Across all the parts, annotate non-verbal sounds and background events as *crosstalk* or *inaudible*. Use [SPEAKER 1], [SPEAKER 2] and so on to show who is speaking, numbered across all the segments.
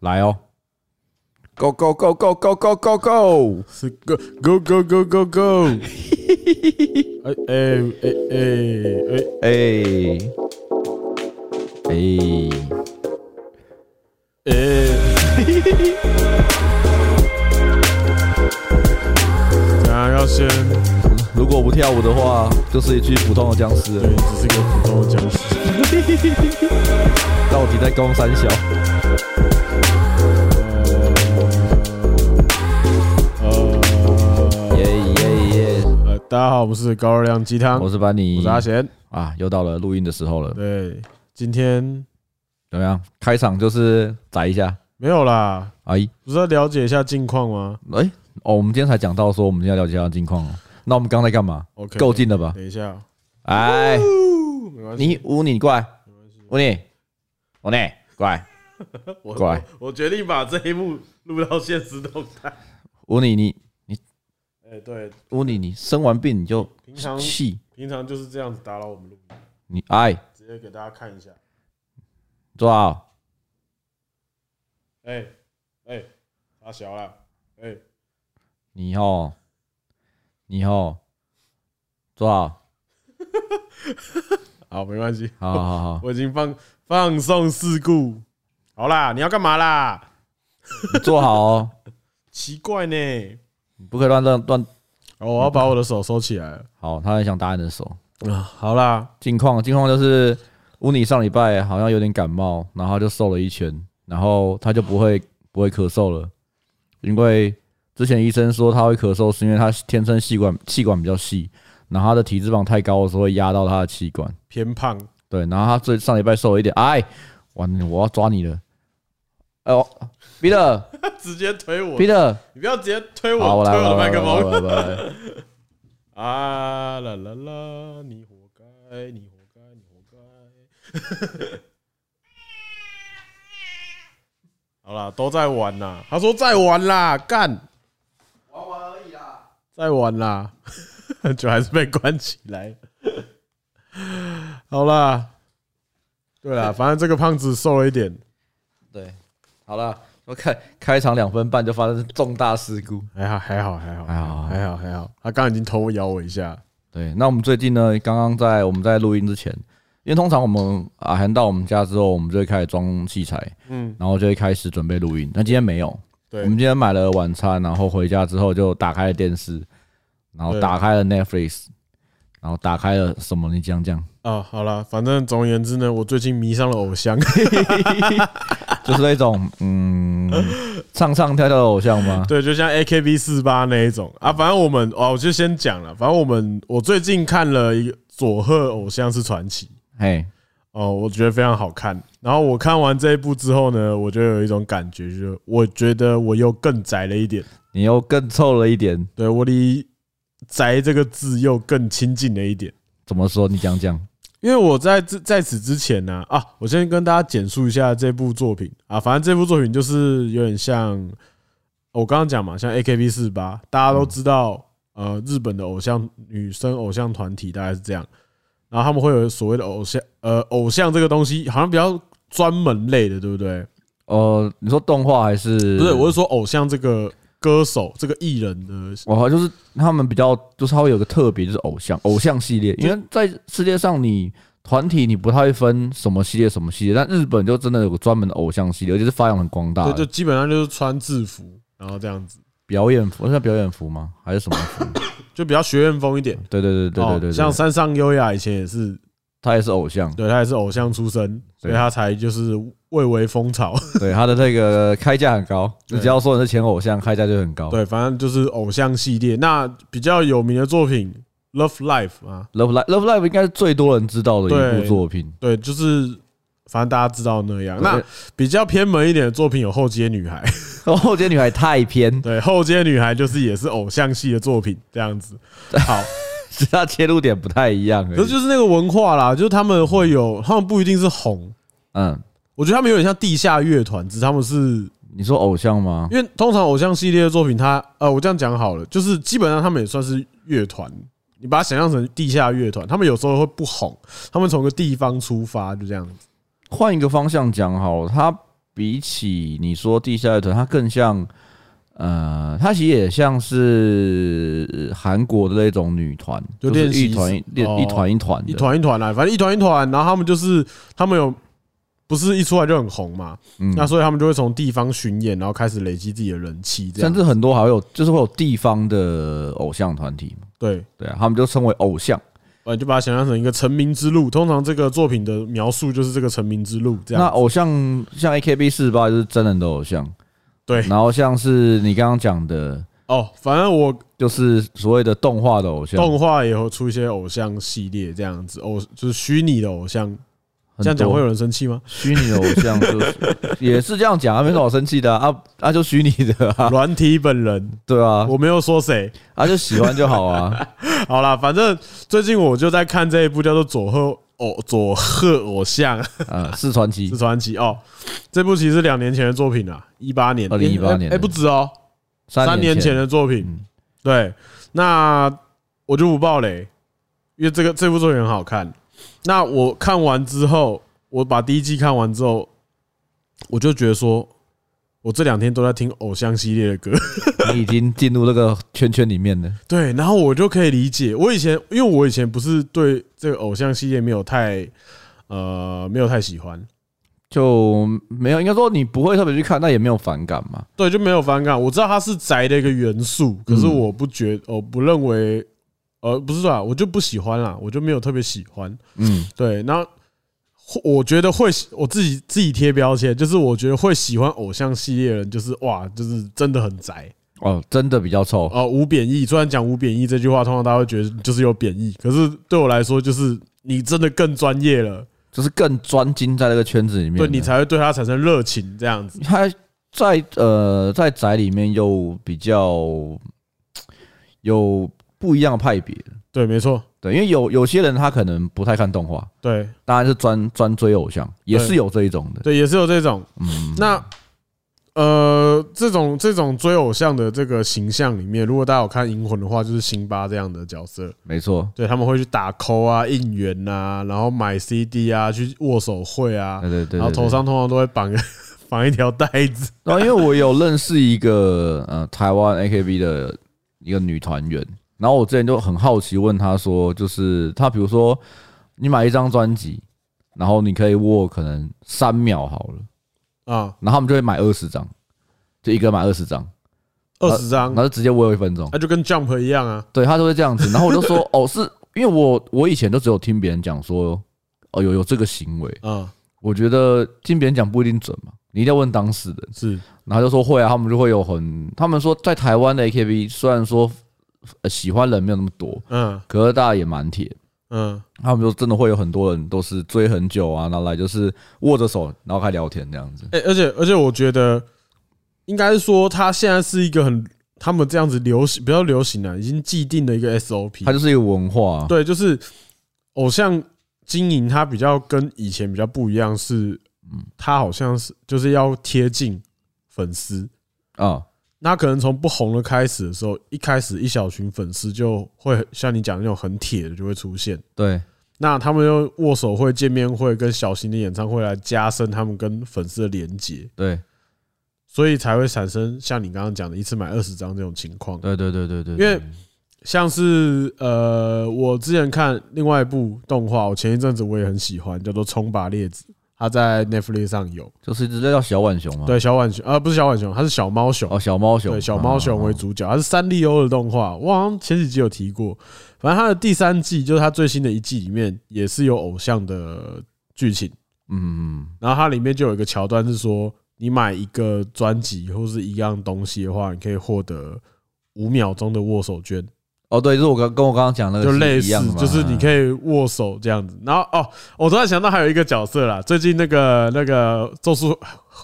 [SPEAKER 1] 来哦，Go Go Go Go Go Go Go Go，
[SPEAKER 2] 是 Go Go Go Go Go Go。哎哎哎哎哎，
[SPEAKER 1] 哎哎，
[SPEAKER 2] 哎，等下要先，
[SPEAKER 1] 如果不跳舞的话，就是一具普通的僵尸
[SPEAKER 2] 对，
[SPEAKER 1] 了，
[SPEAKER 2] 只是个普通的僵尸。
[SPEAKER 1] 到底在攻三小？
[SPEAKER 2] 呃
[SPEAKER 1] 耶耶耶！
[SPEAKER 2] 呃，大家好，我是高热量鸡汤，
[SPEAKER 1] 啊我
[SPEAKER 2] 我
[SPEAKER 1] 是班尼，
[SPEAKER 2] 是阿贤。
[SPEAKER 1] 啊，又到了录音的时候了，
[SPEAKER 2] 对，今天
[SPEAKER 1] 怎么样？开场就是宰一下，
[SPEAKER 2] 没有啦，
[SPEAKER 1] 哎
[SPEAKER 2] 不是要了解一下近况吗
[SPEAKER 1] 哎哦，我们今天才讲到说我们今天要了解一下近况哦，那我们刚才干嘛？
[SPEAKER 2] ？OK，
[SPEAKER 1] 够。近了吧？
[SPEAKER 2] 等一下，哦
[SPEAKER 1] 哎，
[SPEAKER 2] 没关系。
[SPEAKER 1] 你舞你过来，舞你，舞你过来，
[SPEAKER 2] 我
[SPEAKER 1] 过来
[SPEAKER 2] 我我决定把这一幕录到现实动态。
[SPEAKER 1] 舞你你
[SPEAKER 2] 哎，对，
[SPEAKER 1] 舞你你生完病你就
[SPEAKER 2] 平常
[SPEAKER 1] 气
[SPEAKER 2] 平常就是这样子打扰我们录音，
[SPEAKER 1] 你哎，
[SPEAKER 2] 直接给大家看一下。
[SPEAKER 1] 坐好，
[SPEAKER 2] 哎哎，阿小啦，哎，
[SPEAKER 1] 你哦，你哦，坐好，
[SPEAKER 2] 好，没关系，
[SPEAKER 1] 好好好好，
[SPEAKER 2] 我已经放放送事故。好啦，你要干嘛啦？
[SPEAKER 1] 你坐好哦，
[SPEAKER 2] 奇怪呢。
[SPEAKER 1] 你不可以乱乱乱。
[SPEAKER 2] 哦，我要把我的手收起来了。
[SPEAKER 1] 好，他很想打你的手。
[SPEAKER 2] 啊，好啦，
[SPEAKER 1] 近况，近况就是乌尼上礼拜好像有点感冒，然后他就瘦了一圈，然后他就不会不会咳嗽了，因为之前医生说他会咳嗽是因为他天生气管气管比较细，然后他的体脂肪太高的时候会压到他的气管。
[SPEAKER 2] 偏胖，
[SPEAKER 1] 对，然后他最上礼拜瘦了一点，哎，完，我要抓你了。哎呦，Peter，Peter，
[SPEAKER 2] 直接推我，你不要直接推
[SPEAKER 1] 好，
[SPEAKER 2] 我，
[SPEAKER 1] 我
[SPEAKER 2] 推
[SPEAKER 1] 来，我
[SPEAKER 2] 我的
[SPEAKER 1] 来，
[SPEAKER 2] 麦克
[SPEAKER 1] 我
[SPEAKER 2] 风。
[SPEAKER 1] 来我来，我来我来
[SPEAKER 2] 啊啦啦啦，你活该，你活该，你活该。好啦，都在玩啦。他说在玩啦，干，
[SPEAKER 1] 玩玩而已啦。
[SPEAKER 2] 在玩啦，就还是被关起来。好啦，对啦，反正这个胖子瘦了一点，
[SPEAKER 1] 啊对，好了，我开开场两分半就发生重大事故。
[SPEAKER 2] 还好，哎还好，还好，
[SPEAKER 1] 还好
[SPEAKER 2] 还好，还好。他刚刚已经偷咬我一下，
[SPEAKER 1] 对，那我们最近呢，刚刚在我们在录音之前，因为通常我们啊喊到我们家之后，我们就会开始装器材，
[SPEAKER 2] 嗯，
[SPEAKER 1] 然后就会开始准备录音。但今天没有，我
[SPEAKER 2] 对
[SPEAKER 1] 们，今天买了晚餐，然后回家之后就打开了电视，然后
[SPEAKER 2] 对
[SPEAKER 1] 打开了 Netflix，然后打开了什么？你讲 *laughs* 讲，
[SPEAKER 2] 啊，好啦，反正总而言之呢，我最近迷上了偶像。
[SPEAKER 1] 就是那种
[SPEAKER 2] *laughs*
[SPEAKER 1] 嗯唱唱跳跳的偶像吗？
[SPEAKER 2] 对，就像 AKB 四八那一种啊，反正我们哦，我就先讲了。反正我们我最近看了一个佐贺偶像是传奇
[SPEAKER 1] 嘿，
[SPEAKER 2] 哦，我觉得非常好看。然后我看完这一部之后呢，我就有一种感觉，就是我觉得我又更宅了一点，
[SPEAKER 1] 你又更臭了一点，
[SPEAKER 2] 对我离宅这个字又更亲近了一点。
[SPEAKER 1] 怎么说？你讲讲。
[SPEAKER 2] 因为我在这在此之前呢、啊，我先跟大家简述一下这部作品啊，反正这部作品就是有点像我刚刚讲嘛，像 A K B 四八，大家都知道，呃，日本的偶像女生偶像团体大概是这样，然后他们会有所谓的偶像，呃，偶像这个东西好像比较专门类的，对不对？
[SPEAKER 1] 呃，你说动画还是
[SPEAKER 2] 不是，我是说偶像这个歌手这个艺人的
[SPEAKER 1] 我哦就是他们比较，就是他会有个特别，就是偶像偶像系列，因为在世界上你团体你不太会分什么系列什么系列，但日本就真的有个专门的偶像系列，而且是发扬很光大
[SPEAKER 2] 对，就
[SPEAKER 1] 的
[SPEAKER 2] 基本上就是穿制服，然后这样子，
[SPEAKER 1] 表演服，是表演服吗？还是什么
[SPEAKER 2] *laughs*
[SPEAKER 1] 服？
[SPEAKER 2] 就比较学院风一点。
[SPEAKER 1] 对对对对对对
[SPEAKER 2] 哦
[SPEAKER 1] 对，
[SPEAKER 2] 像山上优雅以前也是
[SPEAKER 1] 他也是偶像，
[SPEAKER 2] 对他也是偶像出身，所以他才就是蔚为风潮。
[SPEAKER 1] 对他的那个开价很高，你
[SPEAKER 2] 对
[SPEAKER 1] 只要说你是前偶像，开价就很高。
[SPEAKER 2] *laughs* 对，反正就是偶像系列。那比较有名的作品《Love Life》啊，
[SPEAKER 1] Love Live Love Live 应该是最多人知道的一
[SPEAKER 2] 对
[SPEAKER 1] 部作品。
[SPEAKER 2] 对，就是反正大家知道那样。
[SPEAKER 1] 对 *laughs* 哦
[SPEAKER 2] 那比较偏门一点的作品有《后街女孩》， *laughs*
[SPEAKER 1] 后街女孩太偏，
[SPEAKER 2] 对，《后街女孩》就是也是偶像系的作品这样子。好，
[SPEAKER 1] 只是他切入点不太一样而已。
[SPEAKER 2] 可是就是那个文化啦，就是他们会有，他们不一定是红。
[SPEAKER 1] 嗯，
[SPEAKER 2] 我觉得他们有点像地下乐团，只是他们是
[SPEAKER 1] 你说偶像吗？
[SPEAKER 2] 因为通常偶像系列的作品它，呃，我这样讲好了，就是基本上他们也算是乐团，你把它想象成地下乐团，他们有时候会不红，他们从个地方出发，就这样子。
[SPEAKER 1] 换一个方向讲好了，它比起你说地下乐团，它更像，呃，它其实也像是韩国的那种女团，
[SPEAKER 2] 就
[SPEAKER 1] 就是
[SPEAKER 2] 练习
[SPEAKER 1] 一团一
[SPEAKER 2] 哦
[SPEAKER 1] 练一团一团的
[SPEAKER 2] 一，团一团来，反正一团一团，然后他们就是他们有不是一出来就很红嘛，
[SPEAKER 1] 嗯
[SPEAKER 2] 那所以他们就会从地方巡演，然后开始累积自己的人气，这
[SPEAKER 1] 甚
[SPEAKER 2] 样
[SPEAKER 1] 至很多还会有就是会有地方的偶像团体嘛，
[SPEAKER 2] 对。
[SPEAKER 1] 对啊，他们就称为偶像。
[SPEAKER 2] 呃，就把它想象成一个成名之路。通常这个作品的描述就是这个成名之路，这
[SPEAKER 1] 那
[SPEAKER 2] 样
[SPEAKER 1] 偶像像 AKB 四八就是真人的偶像，
[SPEAKER 2] 对
[SPEAKER 1] 然后像是你刚刚讲的，
[SPEAKER 2] 哦。反正我
[SPEAKER 1] 就是所谓的动画的偶像，
[SPEAKER 2] 动画也有出一些偶像系列这样子，偶就是虚拟的偶像。
[SPEAKER 1] 很多
[SPEAKER 2] 这样讲会有人生气吗？
[SPEAKER 1] 虚拟的偶像就是
[SPEAKER 2] *laughs*
[SPEAKER 1] 也是这样讲啊，没什么好生气的啊，啊啊就虚拟的 *laughs*
[SPEAKER 2] *laughs*
[SPEAKER 1] 啊，
[SPEAKER 2] 软体本人，
[SPEAKER 1] 对啊，
[SPEAKER 2] 我没有说谁。
[SPEAKER 1] 啊就喜欢就好啊，
[SPEAKER 2] 好啦，反正最近我就在看这一部叫做《佐贺偶佐贺偶
[SPEAKER 1] *laughs*
[SPEAKER 2] 像》
[SPEAKER 1] 啊四传奇
[SPEAKER 2] 是传奇哦。这部其实是两年前的作品啦，一八年，
[SPEAKER 1] 2018年
[SPEAKER 2] 哎，哎不止哦，三
[SPEAKER 1] 年
[SPEAKER 2] 年前的作品。
[SPEAKER 1] 嗯
[SPEAKER 2] 对，那我就不爆雷，因为这个这部作品很好看。那我看完之后，我把第一季看完之后，我就觉得说，我这两天都在听偶像系列的歌，
[SPEAKER 1] 你已经进入这个圈圈里面了，
[SPEAKER 2] 对，然后我就可以理解，我以前因为我以前不是对这个偶像系列没有太呃没有太喜欢，
[SPEAKER 1] 就没有应该说你不会特别去看，但也没有反感嘛，
[SPEAKER 2] 对，就没有反感。我知道它是宅的一个元素，可是
[SPEAKER 1] 嗯
[SPEAKER 2] 我不觉，我不认为，呃，不是说啊，我就不喜欢啦，我就没有特别喜欢。
[SPEAKER 1] 嗯，
[SPEAKER 2] 对，那或我觉得会喜，我自己自己贴标签，就是我觉得会喜欢偶像系列的人，就是哇，就是真的很宅
[SPEAKER 1] 哦，真的比较臭，
[SPEAKER 2] 哦、无贬义，虽然讲无贬义这句话，通常大家会觉得就是有贬义，可是对我来说，就是你真的更专业了，
[SPEAKER 1] 就是更专精在这个圈子里面了，
[SPEAKER 2] 对你才会对他产生热情这样子。
[SPEAKER 1] 他在呃在宅里面又比较有不一样的派别，
[SPEAKER 2] 对，没错，
[SPEAKER 1] 对，因为有有些人他可能不太看动画，
[SPEAKER 2] 对
[SPEAKER 1] 当然是专专追偶像，也是有这一种的，
[SPEAKER 2] 对，也是有这种。
[SPEAKER 1] 嗯，
[SPEAKER 2] 那呃，这种这种追偶像的这个形象里面，如果大家有看《银魂》的话，就是辛巴这样的角色，
[SPEAKER 1] 没错，
[SPEAKER 2] 对他们会去打 call 啊、应援啊，然后买 CD 啊、去握手会啊，
[SPEAKER 1] 对对呃对，
[SPEAKER 2] 然后
[SPEAKER 1] 对
[SPEAKER 2] 头，上通常都会绑 *laughs* 个绑一条带子。
[SPEAKER 1] 对然后因为我有认识一个呃台湾 AKB 的一个女团员，然后我之前就很好奇问她说，就是她比如说你买一张专辑，然后你可以握可能三秒好了。
[SPEAKER 2] 啊，
[SPEAKER 1] 然后他们就会买二十张，就一个买二十张，
[SPEAKER 2] 二十张
[SPEAKER 1] 然，后就直接我有一分钟。
[SPEAKER 2] 那就跟 Jump 一样啊。
[SPEAKER 1] 对他都会这样子，然后我就说哦，是因为我我以前都只有听别人讲说哦有有这个行为，
[SPEAKER 2] 嗯，
[SPEAKER 1] 我觉得听别人讲不一定准嘛，你一定要问当事人。
[SPEAKER 2] 是
[SPEAKER 1] 然后他就说会啊，他们就会有很，他们说在台湾的 AKB 虽然说、呃喜欢人没有那么多，
[SPEAKER 2] 嗯
[SPEAKER 1] 可是大家也蛮铁。
[SPEAKER 2] 嗯，
[SPEAKER 1] 他们说真的会有很多人都是追很久啊，然后来就是握着手，然后开始聊天这样子。
[SPEAKER 2] 哎，而且而且，我觉得应该是说，他现在是一个很他们这样子流行，比较流行啊，已经既定的一个 SOP。
[SPEAKER 1] 它就是一个文化啊、
[SPEAKER 2] 对，就是偶像经营，它比较跟以前比较不一样，是它好像是就是要贴近粉丝。
[SPEAKER 1] 啊，
[SPEAKER 2] 那可能从不红的开始的时候，一开始一小群粉丝就会像你讲的那种很铁的就会出现。
[SPEAKER 1] 对，
[SPEAKER 2] 那他们用握手会、见面会跟小型的演唱会来加深他们跟粉丝的连接，
[SPEAKER 1] 对，
[SPEAKER 2] 所以才会产生像你刚刚讲的一次买二十张这种情况。
[SPEAKER 1] 对对对对对，
[SPEAKER 2] 因为像是呃，我之前看另外一部动画，我前一阵子我也很喜欢，叫做《冲吧列子》，它在 Netflix 上有。
[SPEAKER 1] 就是一只叫小浣熊嘛，，
[SPEAKER 2] 对，小浣熊啊，不是小浣熊，它是小猫熊。
[SPEAKER 1] 哦，小猫熊，
[SPEAKER 2] 对，小猫熊为
[SPEAKER 1] 哦，
[SPEAKER 2] 主角，它是三丽鸥的动画。我好像前几集有提过，反正它的第三季就是它最新的一季里面也是有偶像的剧情，
[SPEAKER 1] 嗯，
[SPEAKER 2] 然后它里面就有一个桥段是说，你买一个专辑或是一样东西的话，你可以获得五秒钟的握手券。
[SPEAKER 1] 哦，对，就是我刚跟我刚刚讲那个
[SPEAKER 2] 就类
[SPEAKER 1] 呃是一样
[SPEAKER 2] 似
[SPEAKER 1] 的，嘛
[SPEAKER 2] 就是你可以握手这样子。然后哦，我突然想到还有一个角色啦，最近那个那个咒术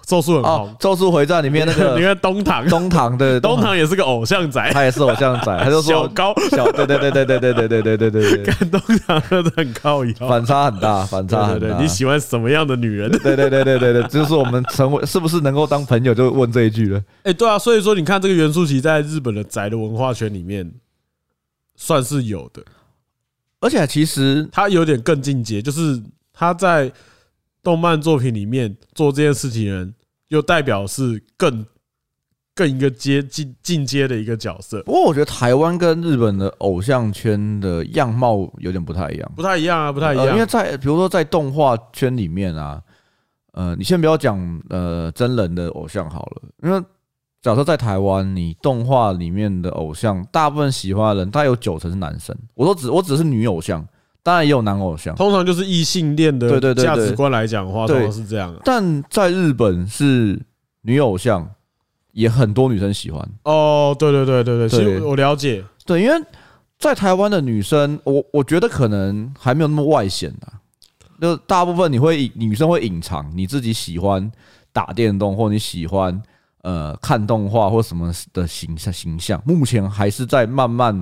[SPEAKER 2] 咒术很
[SPEAKER 1] 哦
[SPEAKER 2] 红，，
[SPEAKER 1] 《咒术回战》里面那
[SPEAKER 2] *laughs* 你
[SPEAKER 1] 个
[SPEAKER 2] 看东堂，
[SPEAKER 1] 东堂的
[SPEAKER 2] *laughs* 东，堂也是个偶像宅，
[SPEAKER 1] *laughs* 他也是偶像仔，他就
[SPEAKER 2] 小
[SPEAKER 1] 说
[SPEAKER 2] 高
[SPEAKER 1] 小，对对对对对对对对对对对对，
[SPEAKER 2] 看东堂真的很高腰，
[SPEAKER 1] 反差很 *laughs* 大，反差
[SPEAKER 2] 对对
[SPEAKER 1] 很大
[SPEAKER 2] 对，你。喜欢什么样的女人？
[SPEAKER 1] 对对对对对对，就是我们成为是不是能够当朋友，就问这一句了。
[SPEAKER 2] 哎，对啊，所以说你看这个元素其实在日本的宅的文化圈里面算是有的，
[SPEAKER 1] 而且其实
[SPEAKER 2] 它有点更进阶，就是他在动漫作品里面做这件事情的人。又代表是更更一个阶进进阶的一个角色，
[SPEAKER 1] 不过我觉得台湾跟日本的偶像圈的样貌有点不太一样，
[SPEAKER 2] 不太一样啊，不太一
[SPEAKER 1] 呃因为
[SPEAKER 2] 样。
[SPEAKER 1] 在比如说在动画圈里面啊，呃，你先不要讲呃真人的偶像好了，因为假设在台湾，你动画里面的偶像，大部分喜欢的人，大概有九成是男生。我说只我只是女偶像，当然也有男偶像，
[SPEAKER 2] 通常就是异性恋
[SPEAKER 1] 对对
[SPEAKER 2] 的
[SPEAKER 1] 对对
[SPEAKER 2] 价值观来讲的话，
[SPEAKER 1] 对
[SPEAKER 2] 通常是这样啊。
[SPEAKER 1] 但在日本是女偶像也很多女生喜欢。
[SPEAKER 2] 哦，对对对对对，其
[SPEAKER 1] 对
[SPEAKER 2] 实我我了解，
[SPEAKER 1] 对，因为在台湾的女生，我我觉得可能还没有那么外显啊，就大部分你会隐女生会隐藏你自己喜欢打电动或你喜欢呃看动画或什么的形象形象，目前还是在慢慢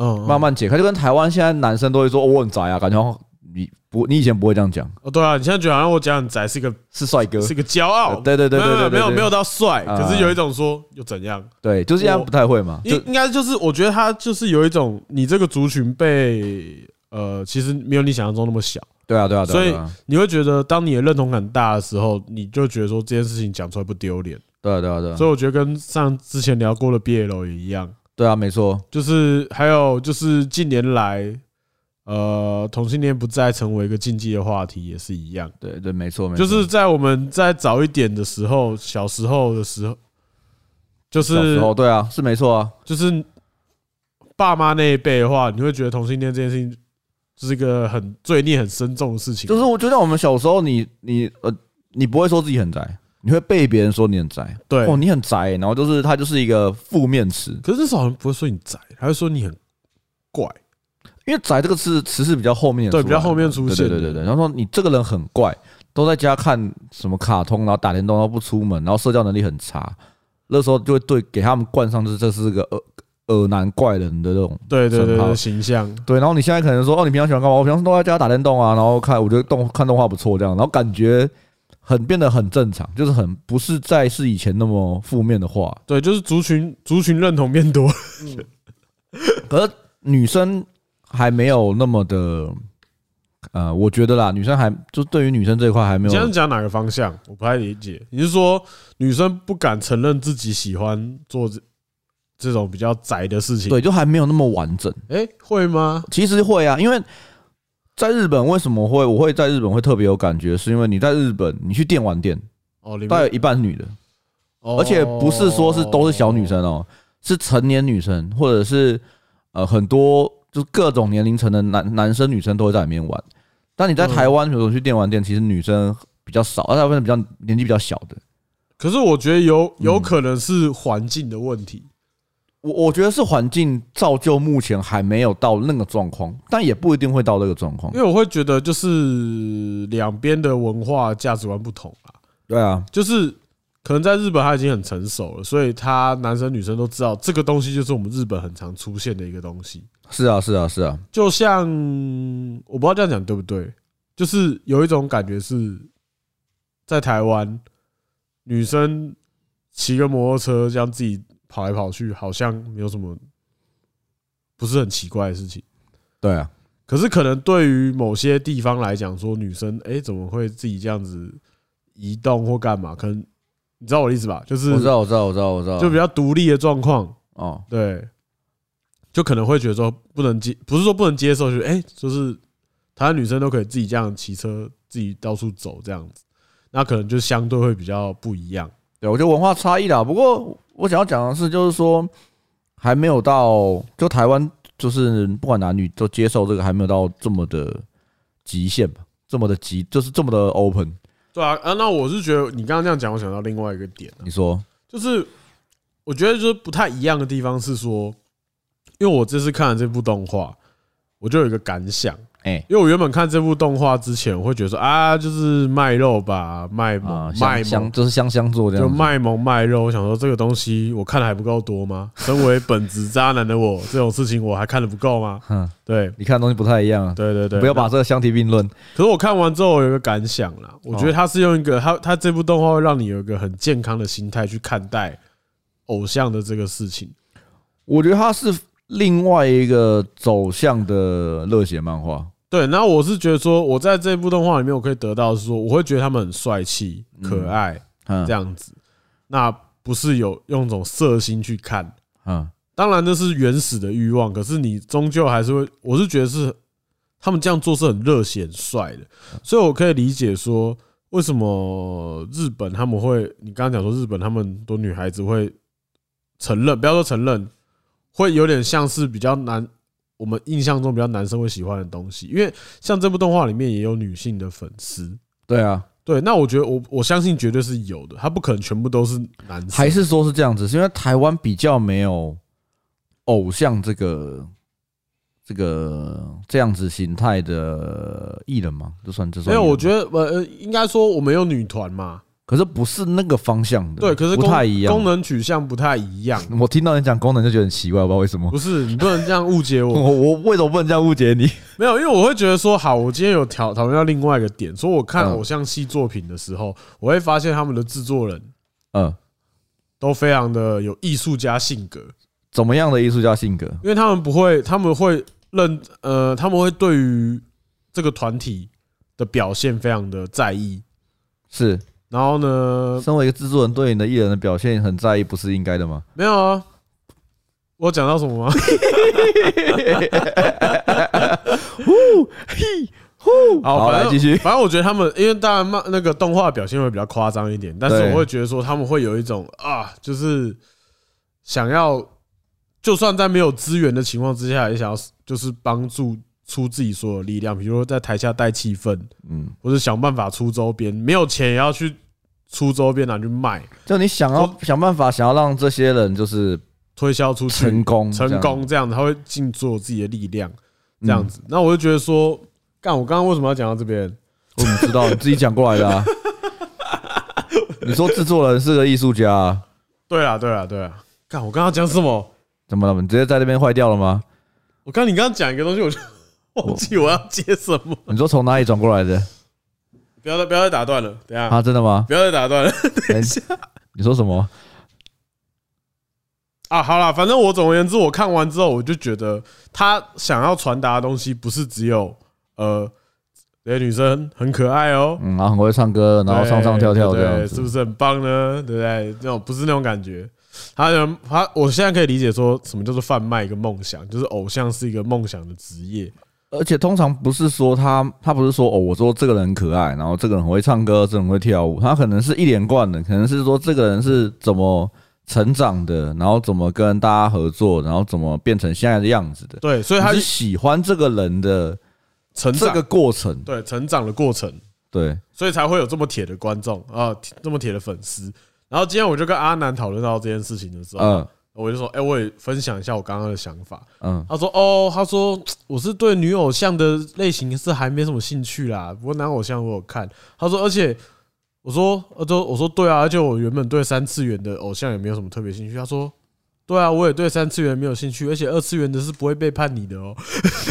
[SPEAKER 2] 嗯，
[SPEAKER 1] 慢
[SPEAKER 2] 慢，
[SPEAKER 1] 慢解开，就跟台湾现在男生都会说、哦、我很宅啊，感觉好像你不你以前不会这样讲，
[SPEAKER 2] 哦，对啊，你现在觉得好像我讲很宅是一个
[SPEAKER 1] 是帅哥，
[SPEAKER 2] 是一个骄傲，
[SPEAKER 1] 对对对对
[SPEAKER 2] 没
[SPEAKER 1] 对对
[SPEAKER 2] 有没有
[SPEAKER 1] 对
[SPEAKER 2] 没有到帅，
[SPEAKER 1] 啊
[SPEAKER 2] 可是有一种说又怎样？
[SPEAKER 1] 对，就是这样不太会嘛，就
[SPEAKER 2] 应应该就是我觉得他就是有一种你这个族群被呃，其实没有你想象中那么小，
[SPEAKER 1] 对啊对啊对啊，
[SPEAKER 2] 所以
[SPEAKER 1] 对啊
[SPEAKER 2] 你会觉得当你的认同感大的时候，你就觉得说这件事情讲出来不丢脸。
[SPEAKER 1] 对啊对啊对啊
[SPEAKER 2] 所以我觉得跟上之前聊过的 BL 也一样，
[SPEAKER 1] 对啊，没错，
[SPEAKER 2] 就是还有就是近年来。呃，同性恋不再成为一个禁忌的话题，也是一样。
[SPEAKER 1] 对对没错没错，
[SPEAKER 2] 就是在我们在早一点的时候，小时候的时候，就
[SPEAKER 1] 小
[SPEAKER 2] 是
[SPEAKER 1] 时候对啊是没错啊，
[SPEAKER 2] 就是爸妈那一辈的话，你会觉得同性恋这件事情就是一个很罪孽很深重的事情。
[SPEAKER 1] 就是我觉得我们小时候你，你呃，你不会说自己很宅，你会被别人说你很宅。
[SPEAKER 2] 对，
[SPEAKER 1] 哦，你很宅欸、然后就是它就是一个负面词，
[SPEAKER 2] 可是至少人不会说你宅，还会说你很怪。
[SPEAKER 1] 因为宅这个词词是比较后面
[SPEAKER 2] 对
[SPEAKER 1] 出来的，
[SPEAKER 2] 比较后面出现
[SPEAKER 1] 对对对对。然后说你这个人很怪，都在家看什么卡通，然后打电动，然后不出门，然后社交能力很差，那时候就会对给他们冠上就是这是个恶恶男怪人的这种。
[SPEAKER 2] 对对对
[SPEAKER 1] 很好
[SPEAKER 2] 对，形象。
[SPEAKER 1] 对，然后你现在可能说，哦，你平常喜欢干嘛？我平常都在家打电动啊，然后看，我觉得动看动画不错，这样，然后感觉很变得很正常，就是很不是再是以前那么负面的话。
[SPEAKER 2] 对，就是族群族群认同变多。
[SPEAKER 1] 可是女生还没有那么的，呃，我觉得啦，女生还就对于女生这一块还没
[SPEAKER 2] 你这样
[SPEAKER 1] 有，
[SPEAKER 2] 讲哪个方向？我不太理解。你是说女生不敢承认自己喜欢做这这种比较宅的事情？
[SPEAKER 1] 对，就还没有那么完整。
[SPEAKER 2] 哎、会吗？
[SPEAKER 1] 其实会啊，因为在日本为什么会我会在日本会特别有感觉，是因为你在日本你去电玩店，
[SPEAKER 2] 哦，里面
[SPEAKER 1] 大概有一半是女的。
[SPEAKER 2] 哦
[SPEAKER 1] 而且不是说是都是小女生哦，是成年女生，或者是呃很多就是各种年龄层的男男生女生都会在里面玩。但你在
[SPEAKER 2] 嗯
[SPEAKER 1] 台湾，比如说去电玩店，其实女生比较少，而大部分比较年纪比较小的。
[SPEAKER 2] 可是我觉得有有可能是环境的问题，
[SPEAKER 1] 我我觉得是环境造就目前还没有到那个状况，但也不一定会到那个状况
[SPEAKER 2] 因。为我会觉得就是两边的文化价值观不同啊，
[SPEAKER 1] 对啊，
[SPEAKER 2] 就是可能在日本他已经很成熟了，所以他男生女生都知道这个东西就是我们日本很常出现的一个东西，
[SPEAKER 1] 是啊，是啊，是啊，
[SPEAKER 2] 就像我不知道这样讲对不对，就是有一种感觉是在台湾女生骑个摩托车这样自己跑来跑去，好像没有什么不是很奇怪的事情。
[SPEAKER 1] 对啊，
[SPEAKER 2] 可是可能对于某些地方来讲，说女生哎、诶怎么会自己这样子移动或干嘛？可能你知道我的意思吧？就是
[SPEAKER 1] 我知道，我知道，我知道，我知道，
[SPEAKER 2] 就比较独立的状况，
[SPEAKER 1] 哦，
[SPEAKER 2] 对，就可能会觉得说不能接，不是说不能接受，就是哎、诶就是台湾女生都可以自己这样骑车，自己到处走这样子，那可能就相对会比较不一样。
[SPEAKER 1] 对，我觉得文化差异啦。不过我想要讲的是，就是说还没有到，就台湾就是不管男女都接受这个，还没有到这么的极限吧，这么的极，就是这么的 open。
[SPEAKER 2] 对啊，啊，那我是觉得你刚刚这样讲，我想到另外一个点、啊，
[SPEAKER 1] 你说，
[SPEAKER 2] 就是我觉得就是不太一样的地方是说，因为我这次看了这部动画，我就有一个感想，
[SPEAKER 1] 哎、
[SPEAKER 2] 因为我原本看这部动画之前，我会觉得说啊，就是卖肉吧，卖
[SPEAKER 1] 啊，
[SPEAKER 2] 萌卖
[SPEAKER 1] 香香
[SPEAKER 2] 萌，
[SPEAKER 1] 就是香香做这
[SPEAKER 2] 就
[SPEAKER 1] 样子，
[SPEAKER 2] 卖萌卖肉。我想说这个东西我看的还不够多吗？身为本职渣男的我，这种事情我还看的不够吗？
[SPEAKER 1] 哼，
[SPEAKER 2] 对
[SPEAKER 1] 你看的东西不太一样啊，
[SPEAKER 2] 对对对，
[SPEAKER 1] 不要把这个相提并论。
[SPEAKER 2] 可是我看完之后，我有一个感想啦，我
[SPEAKER 1] 哦
[SPEAKER 2] 觉得他是用一个他他这部动画会让你有一个很健康的心态去看待偶像的这个事情。
[SPEAKER 1] 我觉得它是另外一个走向的热血漫画，
[SPEAKER 2] 对，然后我是觉得说，我在这部动画里面，我可以得到的是说，我会觉得他们很帅气、
[SPEAKER 1] 嗯
[SPEAKER 2] 可爱，
[SPEAKER 1] 嗯
[SPEAKER 2] 这样子，那不是有用一种色心去看。
[SPEAKER 1] 嗯
[SPEAKER 2] 当然那是原始的欲望，可是你终究还是会，我是觉得是他们这样做是很热血、很帅的，所以我可以理解说为什么日本他们会，你刚刚讲说日本他们很多女孩子会承认，不要说承认，会有点像是比较男，我们印象中比较男生会喜欢的东西，因为像这部动画里面也有女性的粉丝。
[SPEAKER 1] 对啊，
[SPEAKER 2] 对，那我觉得我我相信绝对是有的，他不可能全部都是男生，
[SPEAKER 1] 还是说是这样子，是因为台湾比较没有偶像这个这个这样子形态的艺人吗？这算这
[SPEAKER 2] 没
[SPEAKER 1] 算艺人
[SPEAKER 2] 有，
[SPEAKER 1] 吗？
[SPEAKER 2] 我觉得呃，应该说我们有女团嘛，
[SPEAKER 1] 可是不是那个方向的，
[SPEAKER 2] 对，可是
[SPEAKER 1] 不
[SPEAKER 2] 功
[SPEAKER 1] 太一样。
[SPEAKER 2] 功能取向不太一样。
[SPEAKER 1] 我听到你讲功能就觉得很奇怪，我不知道为什么。
[SPEAKER 2] 不是，你不能这样误
[SPEAKER 1] *laughs*
[SPEAKER 2] 解 *laughs* 我。
[SPEAKER 1] 我我为什么不能这样误解 *laughs* 你？
[SPEAKER 2] 没有，因为我会觉得说，好，我今天有讨讨论到另外一个点，说我看
[SPEAKER 1] 嗯
[SPEAKER 2] 偶像系作品的时候，我会发现他们的制作人
[SPEAKER 1] 嗯，
[SPEAKER 2] 都非常的有艺术家性格，
[SPEAKER 1] 怎么样的艺术家性格？
[SPEAKER 2] 因为他们不会，他们会认呃，他们会对于这个团体的表现非常的在意。
[SPEAKER 1] 是
[SPEAKER 2] 然后呢，
[SPEAKER 1] 身为一个制作人，对你的艺人的表现很在意，不是应该的吗？
[SPEAKER 2] 没有啊，我讲到什么吗？
[SPEAKER 1] 好，
[SPEAKER 2] 反
[SPEAKER 1] 来
[SPEAKER 2] 正
[SPEAKER 1] 继续。
[SPEAKER 2] 反正我觉得他们，因为当然漫那个动画表现会比较夸张一点，但是
[SPEAKER 1] 对
[SPEAKER 2] 我会觉得说他们会有一种啊，就是想要，就算在没有资源的情况之下，也想要就是帮助出自己所有力量，比如说在台下带气氛，
[SPEAKER 1] 嗯，
[SPEAKER 2] 或者想办法出周边，没有钱也要去出周边啊拿去卖，
[SPEAKER 1] 就你想要想办法，想要让这些人就是
[SPEAKER 2] 推销出去
[SPEAKER 1] 成功，
[SPEAKER 2] 成功，这样子他嗯会尽做自己的力量，这样子。那我就觉得说，干，我刚刚为什么要讲到这边？
[SPEAKER 1] 哦我怎么知道？你自己讲过来的啊。你说制作人是个艺术家、啊，
[SPEAKER 2] 对啊，对啊，对啊，干，我刚刚讲什么？
[SPEAKER 1] 怎么了？你直接在那边坏掉了吗？
[SPEAKER 2] 我刚你刚刚讲一个东西，
[SPEAKER 1] *laughs*
[SPEAKER 2] 我就忘记我要接什么。
[SPEAKER 1] 你说从哪里转过来的
[SPEAKER 2] 不要再不要再打断了，等一下
[SPEAKER 1] 啊？真的吗？
[SPEAKER 2] 不要再打断了
[SPEAKER 1] 等一下，你说什么？
[SPEAKER 2] 啊！好啦，反正我总而言之，我看完之后，我就觉得他想要传达的东西不是只有呃，这些女生很可爱哦、
[SPEAKER 1] 嗯，然后很会唱歌，然后
[SPEAKER 2] 对
[SPEAKER 1] 唱唱跳跳这
[SPEAKER 2] 对
[SPEAKER 1] 样
[SPEAKER 2] 是
[SPEAKER 1] 子
[SPEAKER 2] 不。是很棒呢？对不对？那种不是那种感觉。他有他，我现在可以理解说什么叫做贩卖一个梦想，就是偶像是一个梦想的职业。
[SPEAKER 1] 而且通常不是说他，他不是说哦，我说这个人很可爱，然后这个人很会唱歌，这个人会跳舞，他可能是一连贯的，可能是说这个人是怎么成长的，然后怎么跟大家合作，然后怎么变成现在的样子的。
[SPEAKER 2] 对，所以他
[SPEAKER 1] 他是喜欢这个人的
[SPEAKER 2] 成
[SPEAKER 1] 这
[SPEAKER 2] 长
[SPEAKER 1] 个过程，
[SPEAKER 2] 对成长的过程。
[SPEAKER 1] 对，
[SPEAKER 2] 所以才会有这么铁的观众啊，铁这么铁的粉丝。然后今天我就跟阿南讨论到这件事情的时候，
[SPEAKER 1] 嗯
[SPEAKER 2] 我就说，哎，我也分享一下我刚刚的想法。
[SPEAKER 1] 嗯，
[SPEAKER 2] 他说，哦，他说我是对女偶像的类型是还没什么兴趣啦，不过男偶像我有看。他说，而且我说，呃，都我说对啊，而且我原本对三次元的偶像也没有什么特别兴趣。他说。对啊，我也对三次元没有兴趣，而且二次元的是不会背叛你的哦。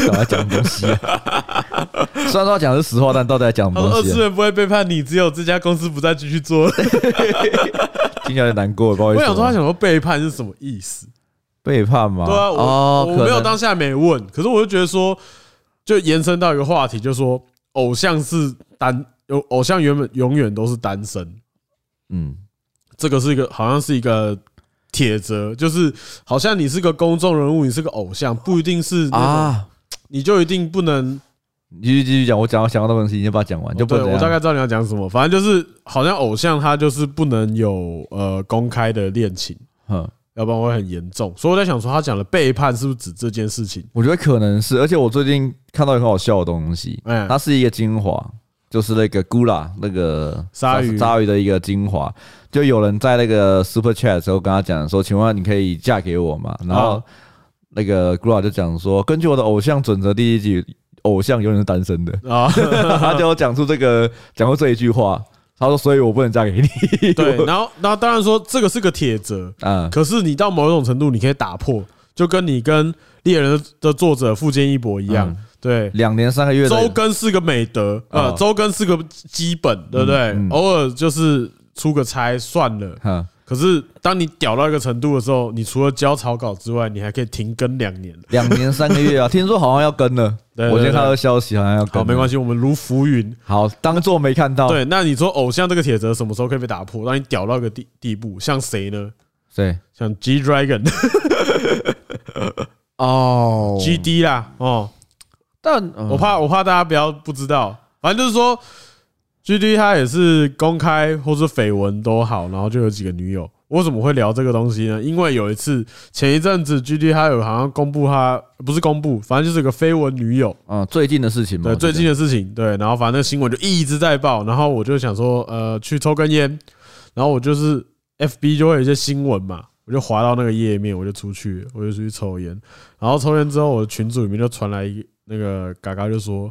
[SPEAKER 1] 到底在讲什么东西、啊？ *laughs* 虽然说他讲的是实话，但到底在讲什
[SPEAKER 2] 他
[SPEAKER 1] 么
[SPEAKER 2] 说
[SPEAKER 1] 东
[SPEAKER 2] 二次
[SPEAKER 1] 西、啊？
[SPEAKER 2] 元不会背叛你，只有这家公司不再继续做了。
[SPEAKER 1] 听起来有点难过，不好意
[SPEAKER 2] 我
[SPEAKER 1] 思。
[SPEAKER 2] 想说，他想说背叛是什么意思？
[SPEAKER 1] 背叛吗？
[SPEAKER 2] 对啊，我、
[SPEAKER 1] 哦
[SPEAKER 2] 我
[SPEAKER 1] 可
[SPEAKER 2] 没有
[SPEAKER 1] 能
[SPEAKER 2] 当下没问，可是我就觉得说，就延伸到一个话题，就说偶像是单，有偶像原本永远都是单身，
[SPEAKER 1] 嗯，
[SPEAKER 2] 这个是一个好像是一个铁则，就是好像你是个公众人物，你是个偶像，不一定是啊，
[SPEAKER 1] 啊，
[SPEAKER 2] 你就一定不能。
[SPEAKER 1] 你继续继续讲，我讲我想到的东西，你先把它讲完，就不
[SPEAKER 2] 对
[SPEAKER 1] 能怎样
[SPEAKER 2] 我大概知道你要讲什么，反正就是好像偶像他就是不能有呃公开的恋情，
[SPEAKER 1] 嗯，
[SPEAKER 2] 要不然会很严重。所以我在想说，他讲的背叛是不是指这件事情？
[SPEAKER 1] 我觉得可能是，而且我最近看到一个很好笑的东西，
[SPEAKER 2] 哎，
[SPEAKER 1] 它是一个精华，就是那个 Gula 那个
[SPEAKER 2] 鲨鱼
[SPEAKER 1] 鲨鱼的一个精华，就有人在那个 Super Chat 的时候跟他讲说，请问你可以嫁给我吗？然后
[SPEAKER 2] 啊
[SPEAKER 1] 那个 Gula 就讲说，根据我的偶像准则第一句，偶像永远是单身
[SPEAKER 2] *laughs*
[SPEAKER 1] 的，
[SPEAKER 2] 啊，
[SPEAKER 1] 他就有讲出这个讲过这一句话，他说，所以我不能嫁给你，
[SPEAKER 2] *laughs* 对，然后那当然说这个是个铁则，
[SPEAKER 1] 啊，
[SPEAKER 2] 可是你到某种程度你可以打破，就跟你跟猎人的作者富坚义博一样，
[SPEAKER 1] 嗯
[SPEAKER 2] 对。
[SPEAKER 1] 两年三个月的
[SPEAKER 2] 周更是个美德，呃，
[SPEAKER 1] 哦
[SPEAKER 2] 周更是个基本，对不对
[SPEAKER 1] 嗯嗯？
[SPEAKER 2] 偶尔就是出个差算了，
[SPEAKER 1] 嗯
[SPEAKER 2] 可是当你屌到一个程度的时候，你除了交草稿之外，你还可以停更两年。
[SPEAKER 1] 两年三个
[SPEAKER 2] *laughs*
[SPEAKER 1] 月啊，听说好像要跟了，
[SPEAKER 2] 对对
[SPEAKER 1] 我今天
[SPEAKER 2] 对
[SPEAKER 1] 看到消息好像要跟，
[SPEAKER 2] 好，没关
[SPEAKER 1] 系，
[SPEAKER 2] 系，我们如浮云。
[SPEAKER 1] 好当做没看到。
[SPEAKER 2] 对，那你说偶像这个铁则什么时候可以被打破？让你屌到一个地地步，像谁呢？
[SPEAKER 1] 对，
[SPEAKER 2] 像 G Dragon、
[SPEAKER 1] 哦
[SPEAKER 2] GD 啦，哦，
[SPEAKER 1] 但
[SPEAKER 2] 我
[SPEAKER 1] 我
[SPEAKER 2] 怕我怕大家不要不知道，反正就是说，GD 他也是公开或是绯闻都好，然后就有几个女友。我怎么会聊这个东西呢？因为有一次前一阵子 GD 他有好像公布他不是公布，反正就是有个绯闻女友，
[SPEAKER 1] 嗯，最近的事情嘛，
[SPEAKER 2] 对
[SPEAKER 1] 我记得
[SPEAKER 2] 最近的事情，对，然后反正新闻就一直在报，然后我就想说，呃，去抽根烟，然后我就是 FB 就会有一些新闻嘛，我就滑到那个页面，我就出去，我就出去抽烟，然后抽烟之后，我的群组里面就传来一那个嘎嘎就说，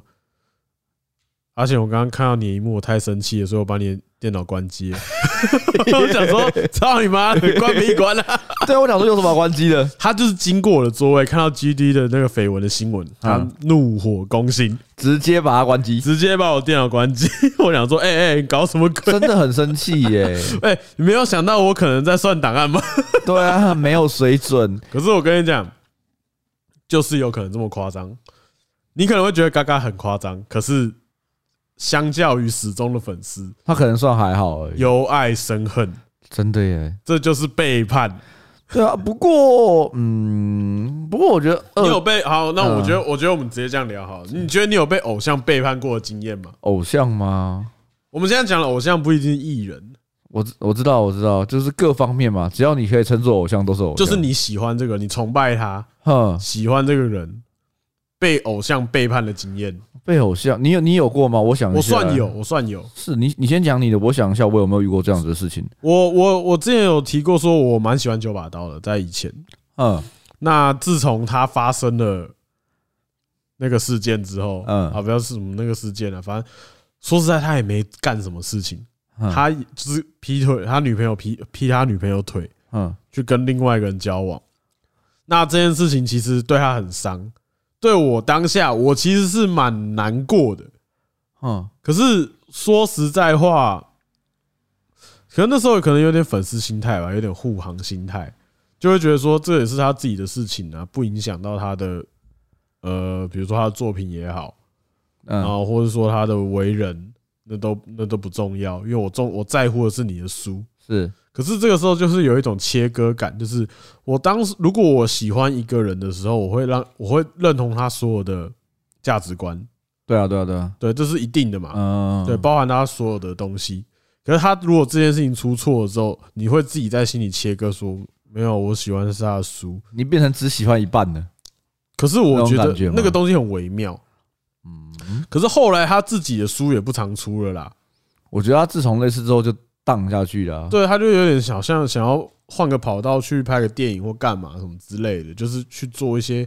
[SPEAKER 2] 而且我刚刚看到你的一幕，我太生气了，所以我把你的电脑关机了，我想说，操你妈的，关没关啊？
[SPEAKER 1] *laughs* 对我想说有什么好关机 *laughs* 的，
[SPEAKER 2] 他就是经过我的座位，看到 GD 的那个绯闻的新闻，他
[SPEAKER 1] 嗯
[SPEAKER 2] 怒火攻心。
[SPEAKER 1] 直接把它关机，
[SPEAKER 2] 直接把我电脑关机。我想说，哎、哎、你搞什么 *laughs*
[SPEAKER 1] *laughs*
[SPEAKER 2] 鬼？
[SPEAKER 1] 真的很生气 *laughs* 耶。
[SPEAKER 2] 哎、你没有想到我可能在算档案吗？
[SPEAKER 1] 对啊，没有水准，
[SPEAKER 2] *laughs* 可是我跟你讲，就是有可能这么夸张。你可能会觉得嘎嘎很夸张，可是相较于始终的粉丝，
[SPEAKER 1] 他可能算还好而已。
[SPEAKER 2] 由爱生恨，
[SPEAKER 1] 真的耶，
[SPEAKER 2] 这就是背叛。
[SPEAKER 1] 对啊。不过，嗯，不过我觉得
[SPEAKER 2] 你有
[SPEAKER 1] 二
[SPEAKER 2] 被好？那
[SPEAKER 1] 嗯
[SPEAKER 2] 我觉得，我觉得我们直接这样聊好了。你觉得你有被偶像背叛过的经验吗？
[SPEAKER 1] 偶像吗？
[SPEAKER 2] 我们现在讲的偶像不一定是艺人，
[SPEAKER 1] 我知我知道我知道，就是各方面嘛，只要你可以称作偶像，都是偶像。
[SPEAKER 2] 就是，你喜欢这个，你崇拜他，
[SPEAKER 1] 哼，
[SPEAKER 2] 喜欢这个人，被偶像背叛的经验。
[SPEAKER 1] 被偶像，你有你有过吗？我想一
[SPEAKER 2] 我
[SPEAKER 1] 下
[SPEAKER 2] 算有，，我算有。
[SPEAKER 1] 是你你先讲你的，我想一下，我有没有遇过这样子的事情？
[SPEAKER 2] 我我我之前有提过，说我蛮喜欢九把刀的，在以前。
[SPEAKER 1] 嗯，
[SPEAKER 2] 那自从他发生了那个事件之后，
[SPEAKER 1] 嗯
[SPEAKER 2] 嗯，啊，不要是什么那个事件了、反正说实在，他也没干什么事情，
[SPEAKER 1] 嗯
[SPEAKER 2] 他就是劈腿，他女朋友劈劈他女朋友腿，
[SPEAKER 1] 嗯
[SPEAKER 2] 去跟另外一个人交往。那这件事情其实对他很伤，对我当下我其实是蛮难过的。
[SPEAKER 1] 嗯
[SPEAKER 2] 可是说实在话，可能那时候可能有点粉丝心态吧，有点护航心态，就会觉得说这也是他自己的事情啊，不影响到他的呃，比如说他的作品也好，然
[SPEAKER 1] 嗯
[SPEAKER 2] 后或者说他的为人，那都那都不重要，因为我重我在乎的是你的书。
[SPEAKER 1] 是
[SPEAKER 2] 可是这个时候就是有一种切割感，就是我当时如果我喜欢一个人的时候，我会让我会认同他所有的价值观，
[SPEAKER 1] 对啊对啊对啊，
[SPEAKER 2] 对，这是一定的嘛。
[SPEAKER 1] 嗯
[SPEAKER 2] 对，包含他所有的东西。可是他如果这件事情出错了之后，你会自己在心里切割说，没有，我喜欢的是他的书。
[SPEAKER 1] 你变成只喜欢一半了，
[SPEAKER 2] 可是我
[SPEAKER 1] 那
[SPEAKER 2] 觉
[SPEAKER 1] 种
[SPEAKER 2] 得
[SPEAKER 1] 感觉吗
[SPEAKER 2] 那个东西很微妙。
[SPEAKER 1] 嗯，
[SPEAKER 2] 可是后来他自己的书也不常出了啦，
[SPEAKER 1] 我觉得他自从那次之后就荡下去了啊、
[SPEAKER 2] 对，他就有点想像想要换个跑道去拍个电影或干嘛什么之类的，就是去做一些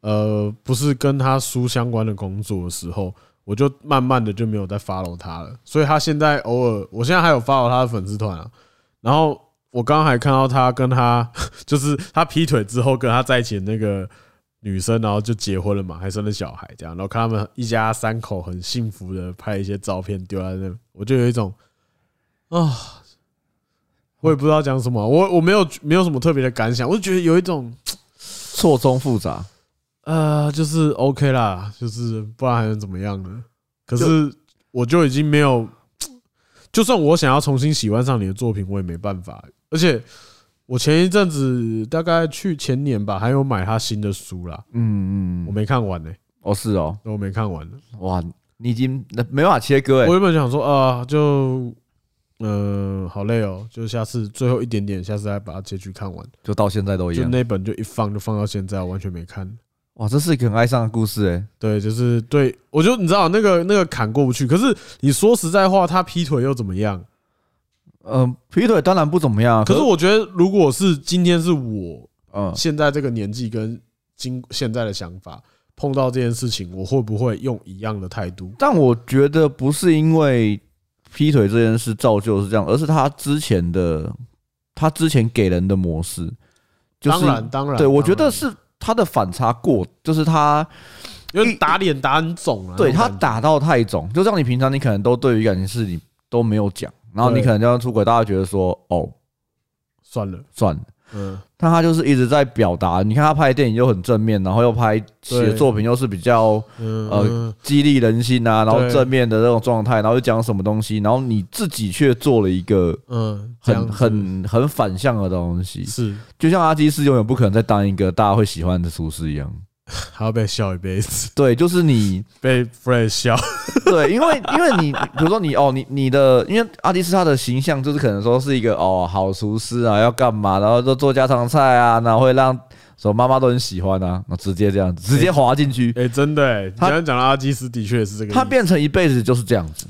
[SPEAKER 2] 呃不是跟他书相关的工作的时候，我就慢慢的就没有再 follow 他了。所以他现在偶尔，我现在还有 follow 他的粉丝团啊。然后我刚刚还看到他跟他就是他劈腿之后跟他在一起的那个。女生，然后就结婚了嘛，还生了小孩，这样，然后看他们一家三口很幸福的拍一些照片丢在那，我就有一种啊、我也不知道讲什么，我我没有没有什么特别的感想，我就觉得有一种
[SPEAKER 1] 错综复杂。
[SPEAKER 2] 呃，就是 OK 啦，就是不然还能怎么样呢？可是我就已经没有，就算我想要重新喜欢上你的作品，我也没办法。而且我前一阵子大概去前年吧，还有买他新的书啦，
[SPEAKER 1] 嗯
[SPEAKER 2] 我
[SPEAKER 1] 嗯，
[SPEAKER 2] 没看完呢、
[SPEAKER 1] 哦是哦，
[SPEAKER 2] 我没看完。
[SPEAKER 1] 哇，你已经那没办法切割哎、
[SPEAKER 2] 我原本想说啊、就嗯、呃好累哦，就下次最后一点点，下次再把它结局看完。
[SPEAKER 1] 就到现在都一
[SPEAKER 2] 就
[SPEAKER 1] 样。
[SPEAKER 2] 那本就一放就放到现在，我完全没看。
[SPEAKER 1] 哇，这是一个很哀伤的故事哎、
[SPEAKER 2] 对，就是对我就你知道那个那个坎过不去。可是你说实在话，他劈腿又怎么样？
[SPEAKER 1] 嗯、劈腿当然不怎么样啊，
[SPEAKER 2] 可是我觉得，如果是今天是我
[SPEAKER 1] 嗯，
[SPEAKER 2] 现在这个年纪跟今现在的想法碰到这件事情，我会不会用一样的态度？
[SPEAKER 1] 呃但我觉得不是因为劈腿这件事造就是这样，而是他之前的他之前给人的模式，就是
[SPEAKER 2] 当然，当然，
[SPEAKER 1] 对我觉
[SPEAKER 2] 当
[SPEAKER 1] 得
[SPEAKER 2] 然
[SPEAKER 1] 是他的反差过，就是他
[SPEAKER 2] 因为打脸打很肿啊，
[SPEAKER 1] 对
[SPEAKER 2] 那种
[SPEAKER 1] 他
[SPEAKER 2] 感
[SPEAKER 1] 打
[SPEAKER 2] 觉
[SPEAKER 1] 到太重，就像你平常你可能都对于感情事你都没有讲，然后你
[SPEAKER 2] 对
[SPEAKER 1] 可能这样出轨，大家觉得说哦，
[SPEAKER 2] 算了，
[SPEAKER 1] 算了。
[SPEAKER 2] 嗯，
[SPEAKER 1] 但他就是一直在表达，你看他拍的电影又很正面，然后又拍写
[SPEAKER 2] 对
[SPEAKER 1] 作品又是比较
[SPEAKER 2] 嗯
[SPEAKER 1] 呃
[SPEAKER 2] 呃，
[SPEAKER 1] 激励人心啊，然后
[SPEAKER 2] 对
[SPEAKER 1] 正面的那种状态，然后又讲什么东西，然后你自己却做了一个
[SPEAKER 2] 嗯，这样
[SPEAKER 1] 很
[SPEAKER 2] 子
[SPEAKER 1] 很很反向的东西，
[SPEAKER 2] 是
[SPEAKER 1] 就像阿基斯永远不可能再当一个大家会喜欢的厨师一样。
[SPEAKER 2] 还要被笑一辈子， *laughs*
[SPEAKER 1] 对，就是你
[SPEAKER 2] 被 Fred 笑，
[SPEAKER 1] 对，因为因为你比如说你哦，你你的因为阿迪斯他的形象就是可能说是一个哦好厨师啊，要干嘛，然后就做家常菜啊，然后会让什么妈妈都很喜欢啊，那直接这样直接滑进去，
[SPEAKER 2] 哎，真的欸，你
[SPEAKER 1] 他
[SPEAKER 2] 刚刚讲的阿基斯的确也是这个意思，
[SPEAKER 1] 他变成一辈子就是这样子，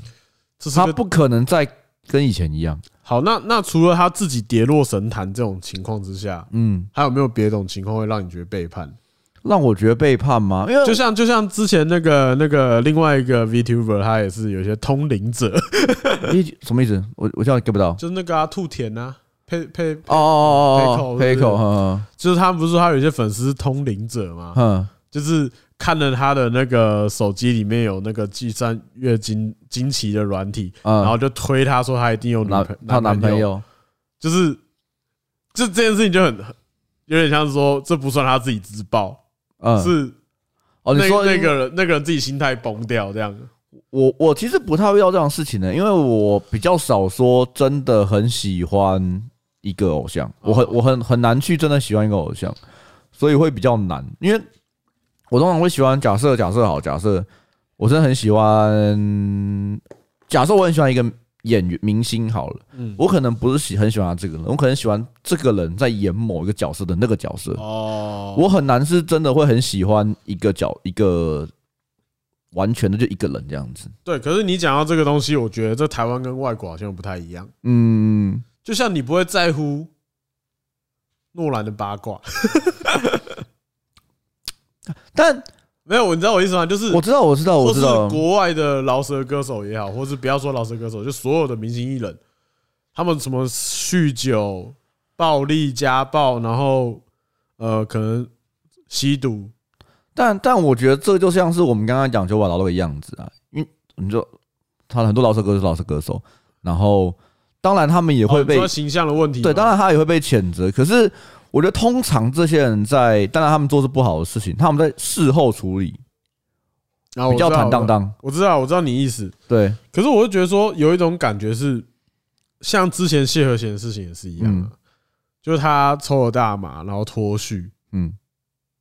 [SPEAKER 2] 这是
[SPEAKER 1] 他
[SPEAKER 2] 个
[SPEAKER 1] 不可能再跟以前一样。
[SPEAKER 2] 好。那那除了他自己跌落神坛这种情况之下，
[SPEAKER 1] 嗯，
[SPEAKER 2] 还有没有别种情况会让你觉得背叛？
[SPEAKER 1] 让我觉得背叛吗？因为
[SPEAKER 2] 就像就像之前那个那个另外一个 VTuber，他也是有一些通灵者， *laughs*
[SPEAKER 1] 一什么意思？我我叫 get 不到。
[SPEAKER 2] 就是那个啊兔田啊，配配，
[SPEAKER 1] 哦哦哦哦，
[SPEAKER 2] 黑口是不
[SPEAKER 1] 黑
[SPEAKER 2] 是
[SPEAKER 1] 口，哼
[SPEAKER 2] 就是他不是说他有一些粉丝是通灵者吗？
[SPEAKER 1] 哼，
[SPEAKER 2] 就是看了他的那个手机里面有那个计算月经经期的软体，
[SPEAKER 1] 嗯
[SPEAKER 2] 然后就推他说他一定有女
[SPEAKER 1] 男
[SPEAKER 2] 朋
[SPEAKER 1] 她男朋
[SPEAKER 2] 朋，
[SPEAKER 1] 友，
[SPEAKER 2] 就是就这件事情就很很有点像是说这不算他自己自爆，
[SPEAKER 1] 嗯，
[SPEAKER 2] 是
[SPEAKER 1] 哦，你
[SPEAKER 2] 那
[SPEAKER 1] 说
[SPEAKER 2] 那个人那个人自己心态崩掉这样。
[SPEAKER 1] 我我其实不太会遇到这种事情的，因为我比较少说真的很喜欢一个偶像，我很我很很难去真的喜欢一个偶像，所以会比较难。因为我通常会喜欢，假设假设好，假设我真的很喜欢，假设我很喜欢一个演员明星好了，
[SPEAKER 2] 嗯，
[SPEAKER 1] 我可能不是喜很喜欢他这个人，我可能喜欢这个人在演某一个角色的那个角色，
[SPEAKER 2] 哦，
[SPEAKER 1] 我很难是真的会很喜欢一个角一个完全的就一个人这样子。
[SPEAKER 2] 对，可是你讲到这个东西，我觉得在台湾跟外国好像不太一样。
[SPEAKER 1] 嗯，
[SPEAKER 2] 就像你不会在乎诺兰的八卦，
[SPEAKER 1] 但
[SPEAKER 2] 没有，你知道我意思吗？就是
[SPEAKER 1] 我知道，我知道，我
[SPEAKER 2] 或
[SPEAKER 1] 知
[SPEAKER 2] 是
[SPEAKER 1] 道，
[SPEAKER 2] 国外的饶舌歌手也好，或是不要说饶舌歌手，就所有的明星艺人，他们什么酗酒、暴力、家暴，然后呃，可能吸毒，
[SPEAKER 1] 但但我觉得这就像是我们刚刚讲九把刀那个样子啊，因为你就他很多老舌歌手，老舌歌手，然后当然他们也
[SPEAKER 2] 也
[SPEAKER 1] 会被、
[SPEAKER 2] 形象的问题吗。
[SPEAKER 1] 对，当然他也会被谴责，可是。我觉得通常这些人在，当然他们做是不好的事情，他们在事后处理
[SPEAKER 2] 然后
[SPEAKER 1] 比较坦荡。荡。
[SPEAKER 2] 啊我知道，我知道你意思。
[SPEAKER 1] 对，
[SPEAKER 2] 可是我就觉得说，有一种感觉是，像之前谢和弦的事情也是一样、啊，就是他抽了大麻，然后脱序。
[SPEAKER 1] 嗯，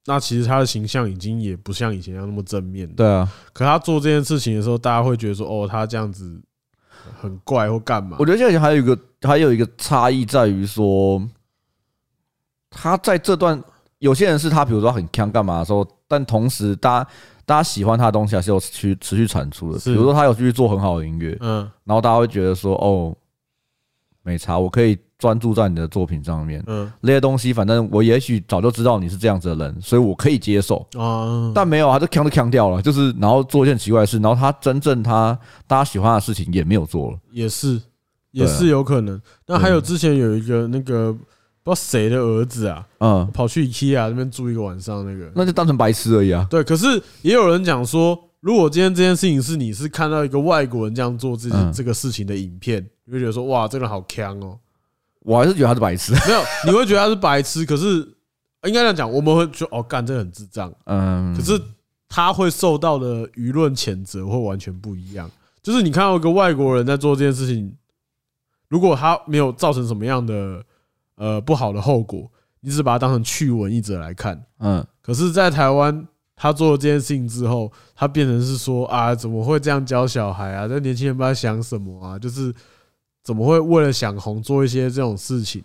[SPEAKER 2] 那其实他的形象已经也不像以前一样那么正面了。
[SPEAKER 1] 对啊，
[SPEAKER 2] 可他做这件事情的时候，大家会觉得说，哦，他这样子很怪或干嘛
[SPEAKER 1] 我？觉得这里还有一个还有一个差异在于说，他在这段有些人是他比如说很强干嘛的时候，但同时大家大家喜欢他的东西还是有持续持续产出的。
[SPEAKER 2] 是
[SPEAKER 1] 比如说他有继续做很好的音乐，
[SPEAKER 2] 嗯
[SPEAKER 1] 然后大家会觉得说哦，没差，我可以专注在你的作品上面。
[SPEAKER 2] 嗯
[SPEAKER 1] 那些东西，反正我也许早就知道你是这样子的人，所以我可以接受。
[SPEAKER 2] 啊，
[SPEAKER 1] 但没有啊，他就强都强掉了，就是然后做一件奇怪的事，然后他真正他大家喜欢的事情也没有做了。
[SPEAKER 2] 也是
[SPEAKER 1] 啊
[SPEAKER 2] 也是有可能。那还有之前有一个那个不知道谁的儿子啊，
[SPEAKER 1] 嗯，
[SPEAKER 2] 跑去 IKEA 那边住一个晚上，那个
[SPEAKER 1] 那就当成白痴而已啊。
[SPEAKER 2] 对，可是也有人讲说，如果今天这件事情是你是看到一个外国人这样做这件
[SPEAKER 1] 嗯
[SPEAKER 2] 这个事情的影片，你会觉得说哇，这个人好强哦。
[SPEAKER 1] 我还是觉得他是白痴。
[SPEAKER 2] 没有，你会觉得他是白痴，可是应该这样讲，我们会觉得哦，干这个很智障。
[SPEAKER 1] *laughs* 嗯，
[SPEAKER 2] 可是他会受到的舆论谴责会完全不一样。就是你看到一个外国人在做这件事情，如果他没有造成什么样的呃不好的后果，你只是把它当成趣闻一则来看，
[SPEAKER 1] 嗯，
[SPEAKER 2] 可是，在台湾，他做了这件事情之后，他变成是说啊，怎么会这样教小孩啊？这年轻人不知道想什么啊？就是怎么会为了想红做一些这种事情？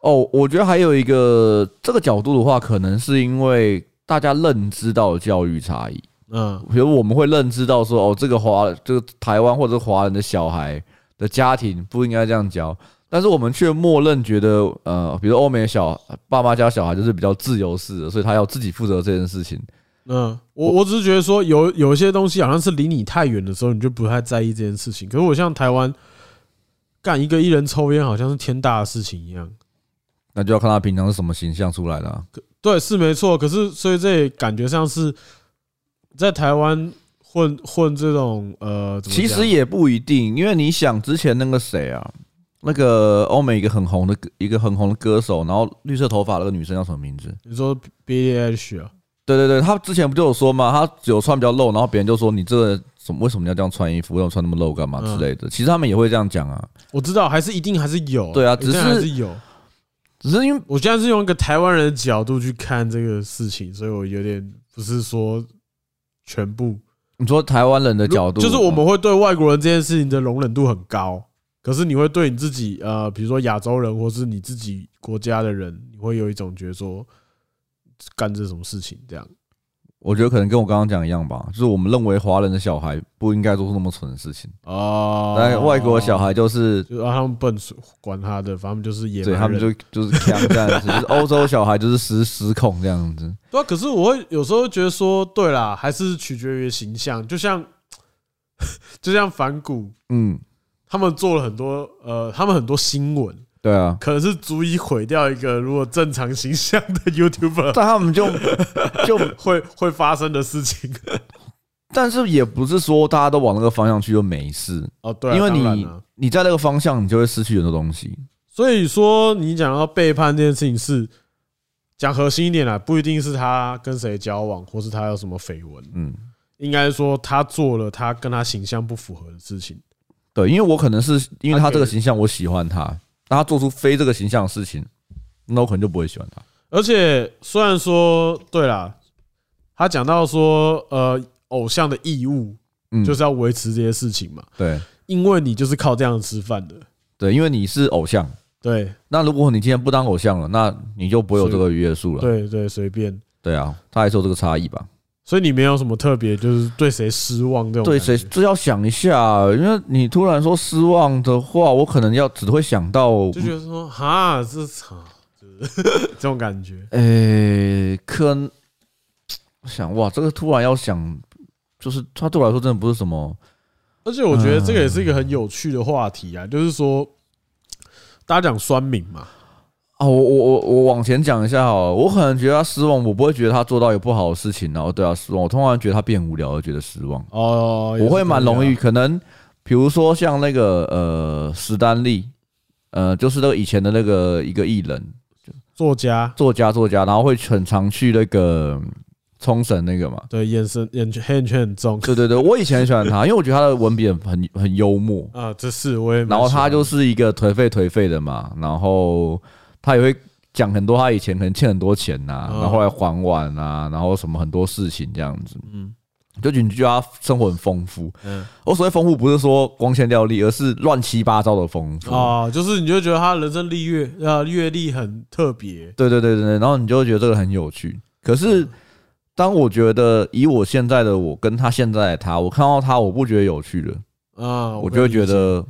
[SPEAKER 1] 哦，我觉得还有一个这个角度的话，可能是因为大家认知到的教育差异，
[SPEAKER 2] 嗯
[SPEAKER 1] 比如我们会认知到说，哦，这个华这个台湾或者是华人的小孩的家庭不应该这样教。但是我们却默认觉得，呃，比如欧美的小爸妈家小孩就是比较自由式的，所以他要自己负责这件事情。
[SPEAKER 2] 嗯，我我只是觉得说有有一些东西好像是离你太远的时候，你就不太在意这件事情。可是我像台湾，干一个艺人抽烟好像是天大的事情一样。
[SPEAKER 1] 那就要看他平常是什么形象出来的、啊。
[SPEAKER 2] 对，是没错。可是，所以这也感觉上是在台湾混混这种呃，怎么
[SPEAKER 1] 其
[SPEAKER 2] 讲
[SPEAKER 1] 实也不一定，因为你想之前那个谁啊，那个欧美一个很红的歌一个很红的歌手，然后绿色头发那个女生叫什么名字？
[SPEAKER 2] 你说 B A H 啊？
[SPEAKER 1] 对对对，她之前不就有说吗？她有穿比较露，然后别人就说你这个什么为什么你要这样穿衣服？为什么穿那么露干嘛之类
[SPEAKER 2] 嗯
[SPEAKER 1] 的？其实他们也会这样讲啊，
[SPEAKER 2] 我知道，还是一定还是有，
[SPEAKER 1] 对啊
[SPEAKER 2] 一定
[SPEAKER 1] 只是
[SPEAKER 2] 还是有。
[SPEAKER 1] 只是因为
[SPEAKER 2] 我现在是用一个台湾人的角度去看这个事情，所以我有点不是说全部
[SPEAKER 1] 你说台湾人的角度，
[SPEAKER 2] 就是我们会对外国人这件事情的容忍度很高，可是你会对你自己呃，比如说亚洲人或是你自己国家的人，你会有一种觉得说干这什么事情这样。
[SPEAKER 1] 我觉得可能跟我刚刚讲一样吧，就是我们认为华人的小孩不应该做出那么蠢的事情，
[SPEAKER 2] 哦，
[SPEAKER 1] 但外国的小孩就是
[SPEAKER 2] 就让啊他们笨，管他的，反正他们就是野蛮
[SPEAKER 1] 对
[SPEAKER 2] 人。
[SPEAKER 1] 他们就就是强这样子，就是欧洲小孩就是失失控这样子。
[SPEAKER 2] 对啊，可是我会有时候觉得说，对啦，还是取决于形象，就像 *laughs* 就像反骨，
[SPEAKER 1] 嗯，
[SPEAKER 2] 他们做了很多呃，他们很多新闻，
[SPEAKER 1] 对啊，
[SPEAKER 2] 可能是足以毁掉一个如果正常形象的 *laughs* YouTuber
[SPEAKER 1] 但他们
[SPEAKER 2] *laughs*
[SPEAKER 1] 就就，
[SPEAKER 2] 会会发生的事情。 *laughs*
[SPEAKER 1] 但是也不是说大家都往那个方向去就没事，
[SPEAKER 2] 哦，对啊、
[SPEAKER 1] 因为
[SPEAKER 2] 当然
[SPEAKER 1] 你
[SPEAKER 2] 啊
[SPEAKER 1] 你在那个方向，你就会失去很多东西。
[SPEAKER 2] 所以说你讲到背叛这件事情是讲核心一点啦，不一定是他跟谁交往，或是他有什么绯闻，
[SPEAKER 1] 嗯，
[SPEAKER 2] 应该说他做了他跟他形象不符合的事情。
[SPEAKER 1] 对，因为我可能是因为他这
[SPEAKER 2] 他给
[SPEAKER 1] 个形象，我喜欢他，但他做出非这个形象的事情，那我可能就不会喜欢他。
[SPEAKER 2] 而且虽然说，对啦，他讲到说，呃，偶像的义务
[SPEAKER 1] 嗯，
[SPEAKER 2] 就是要维持这些事情嘛，
[SPEAKER 1] 对
[SPEAKER 2] 因为你就是靠这样吃饭的，
[SPEAKER 1] 对，因为你是偶像，
[SPEAKER 2] 对
[SPEAKER 1] 那如果你今天不当偶像了，那你就不会有这个约束了。
[SPEAKER 2] 对对，随便，
[SPEAKER 1] 对啊，他还是有这个差异吧？
[SPEAKER 2] 所以你没有什么特别，就是对谁失望这种
[SPEAKER 1] 对，
[SPEAKER 2] 感觉
[SPEAKER 1] 谁这要想一下，因为你突然说失望的话，我可能要只会想到，
[SPEAKER 2] 就觉得说，哈，这操，就是 *laughs* 这种感觉，
[SPEAKER 1] 呃、可能我想哇，这个突然要想，就是他对我来说真的不是什么，
[SPEAKER 2] 而且我觉
[SPEAKER 1] 嗯
[SPEAKER 2] 得这个也是一个很有趣的话题啊，就是说，大家讲酸民嘛，
[SPEAKER 1] 啊，我我我我往前讲一下好了，我可能觉得他失望，我不会觉得他做到有不好的事情，然后对啊他失望，我通常觉得他变无聊而觉得失望，
[SPEAKER 2] 哦，
[SPEAKER 1] 我会蛮容易，
[SPEAKER 2] 也是
[SPEAKER 1] 可能比如说像那个呃史丹利，呃，就是那个以前的那个一个艺人
[SPEAKER 2] 作家。
[SPEAKER 1] 作家作家，然后会很常去那个嗯冲绳那个嘛。
[SPEAKER 2] 对，眼神眼圈黑眼圈很重，
[SPEAKER 1] 对对对，我以前很喜欢他，因为我觉得他的文笔很很很幽默，
[SPEAKER 2] 啊，这是我也蛮喜欢。
[SPEAKER 1] 然后他就是一个颓废颓废的嘛，然后他也会讲很多他以前可能欠很多钱呐、
[SPEAKER 2] 嗯
[SPEAKER 1] 然后后来还完啊，然后什么很多事情这样子，
[SPEAKER 2] 嗯
[SPEAKER 1] 就你觉得他生活很丰富。
[SPEAKER 2] 嗯
[SPEAKER 1] 我所谓丰富不是说光鲜亮丽，而是乱七八糟的丰富。
[SPEAKER 2] 啊，就是你就觉得他人生历阅呃阅历很特别，
[SPEAKER 1] 对对对对对，然后你就会觉得这个很有趣。可是当我觉得以我现在的我跟他现在的他，我看到他我不觉得有趣了，
[SPEAKER 2] 啊，
[SPEAKER 1] 我就会觉得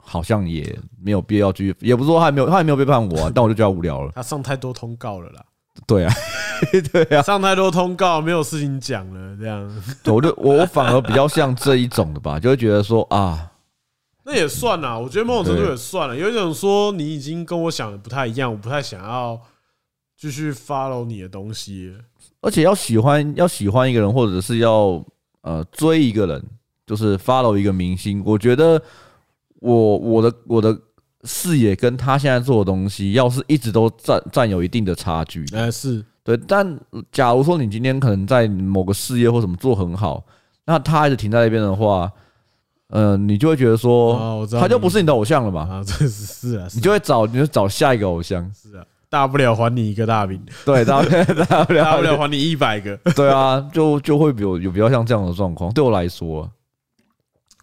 [SPEAKER 1] 好像也没有必要去，也不是说他也没有他也没有背叛我、啊，但我就觉得无聊了。
[SPEAKER 2] 他上太多通告了啦，
[SPEAKER 1] 对啊， *laughs* 对啊，
[SPEAKER 2] 上太多通告没有事情讲了，这样
[SPEAKER 1] 对我就我我反而比较像这一种的吧，就会觉得说啊，
[SPEAKER 2] 那也算啦，我觉得某种程度
[SPEAKER 1] 对
[SPEAKER 2] 也算了。有一种说你已经跟我想的不太一样，我不太想要继续 follow 你的东西了，
[SPEAKER 1] 而且要喜欢要喜欢一个人，或者是要呃追一个人，就是 follow 一个明星，我觉得我我的我的视野跟他现在做的东西，要是一直都占占有一定的差距，
[SPEAKER 2] 哎是
[SPEAKER 1] 对。但假如说你今天可能在某个事业或什么做很好，那他一直停在那边的话，呃，你就会觉得说
[SPEAKER 2] 啊，我知道
[SPEAKER 1] 他就不是你的偶像了嘛，
[SPEAKER 2] 啊，这是是啊，
[SPEAKER 1] 你就会找你就找下一个偶像。 *laughs*
[SPEAKER 2] 是啊，大不了还你一个大饼，
[SPEAKER 1] 对，啊大不了大不
[SPEAKER 2] 大不
[SPEAKER 1] 了，
[SPEAKER 2] 了还你一百个。
[SPEAKER 1] 对啊，就就会有有比较像这样的状况。对我来说啊，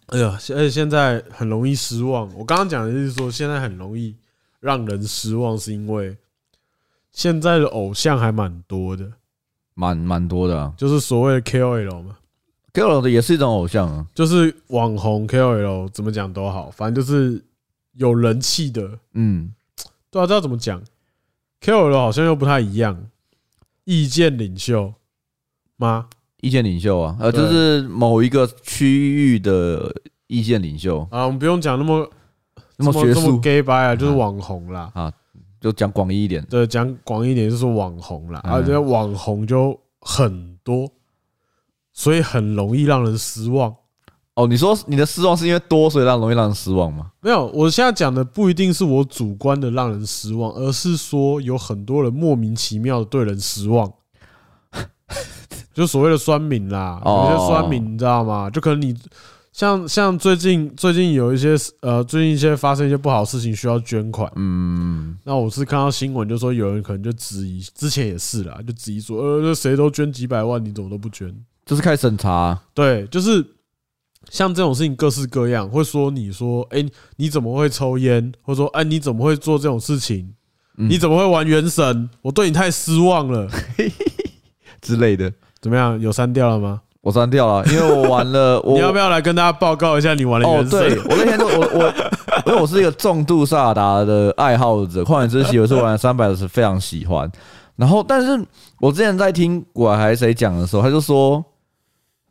[SPEAKER 2] 哎呀，现而且现在很容易失望。我刚刚讲的就是说，现在很容易让人失望，是因为现在的偶像还蛮多的，
[SPEAKER 1] 蛮蛮多的、啊。
[SPEAKER 2] 就是所谓的 KOL 嘛，
[SPEAKER 1] 给我的也是一种偶像啊，
[SPEAKER 2] 就是网红 KOL，怎么讲都好，反正就是有人气的。
[SPEAKER 1] 嗯，
[SPEAKER 2] 对啊，这要怎么讲？KOL 好像又不太一样，意见领袖吗？
[SPEAKER 1] 意见领袖啊，呃，
[SPEAKER 2] 对
[SPEAKER 1] 就是某一个区域的意见领袖，
[SPEAKER 2] 啊，我们不用讲那么
[SPEAKER 1] 那么学
[SPEAKER 2] 这么
[SPEAKER 1] 术，嗯
[SPEAKER 2] gay bye 啊，就是网红啦。
[SPEAKER 1] 就讲广义一点。
[SPEAKER 2] 对，讲广一点就是网红啦，
[SPEAKER 1] 嗯
[SPEAKER 2] 而且网红就很多，所以很容易让人失望。
[SPEAKER 1] 哦，你说你的失望是因为多，所以让容易让人失望吗？
[SPEAKER 2] 没有，我现在讲的不一定是我主观的让人失望，而是说有很多人莫名其妙的对人失
[SPEAKER 1] *laughs*
[SPEAKER 2] 望，就所谓的酸民啦，
[SPEAKER 1] 哦
[SPEAKER 2] 有些酸民你知道吗？就可能你像像最近最近有一些呃最近一些发生一些不好的事情需要捐款，
[SPEAKER 1] 嗯，
[SPEAKER 2] 那我是看到新闻就说有人可能就质疑，之前也是啦，就质疑说呃这谁都捐几百万，你怎么都不捐？
[SPEAKER 1] 就是开始审查，
[SPEAKER 2] 对，就是像这种事情各式各样，会说你说，哎、你怎么会抽烟？或者说，哎、你怎么会做这种事情？
[SPEAKER 1] 嗯
[SPEAKER 2] 你怎么会玩原神？我对你太失
[SPEAKER 1] *laughs*
[SPEAKER 2] 望了。
[SPEAKER 1] 之类的。
[SPEAKER 2] 怎么样？有删掉了吗？
[SPEAKER 1] 我删掉了，因为我玩了，我
[SPEAKER 2] *laughs* 你要不要来跟大家报告一下你玩的
[SPEAKER 1] 哦，
[SPEAKER 2] 原
[SPEAKER 1] 对
[SPEAKER 2] *laughs* 神？
[SPEAKER 1] 我那天就我我，因为我是一个重度萨尔达的爱好者，旷野之息我是玩三百的是非常喜欢。然后，但是我之前在听我还是谁讲的时候，他就说，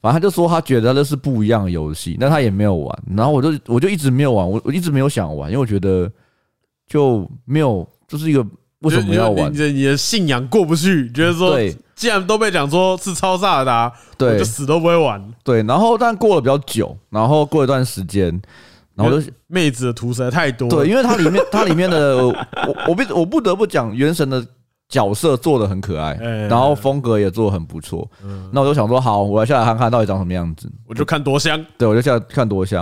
[SPEAKER 1] 反正他就说他觉得这是不一样的游戏，那他也没有玩。然后我就我就一直没有玩，我我一直没有想玩，因为我觉得就没有就是一个为什么要玩
[SPEAKER 2] 你？的你的信仰过不去，觉得说
[SPEAKER 1] 对
[SPEAKER 2] 既然都被讲说是超萨尔达，我
[SPEAKER 1] 对
[SPEAKER 2] 就死都不会玩。
[SPEAKER 1] 对，然后但过了比较久，然后过了一段时间，然后我就
[SPEAKER 2] 妹子的图实在太多了。
[SPEAKER 1] 对，因为它里面它里面的我我不我不得不讲，原神的角色做的很可爱
[SPEAKER 2] 哎，
[SPEAKER 1] 然后风格也做的很不错
[SPEAKER 2] 嗯。
[SPEAKER 1] 那我就想说，好，我要下来看看到底长什么样子。
[SPEAKER 2] 我就看多香。
[SPEAKER 1] 对，我就下来看多香。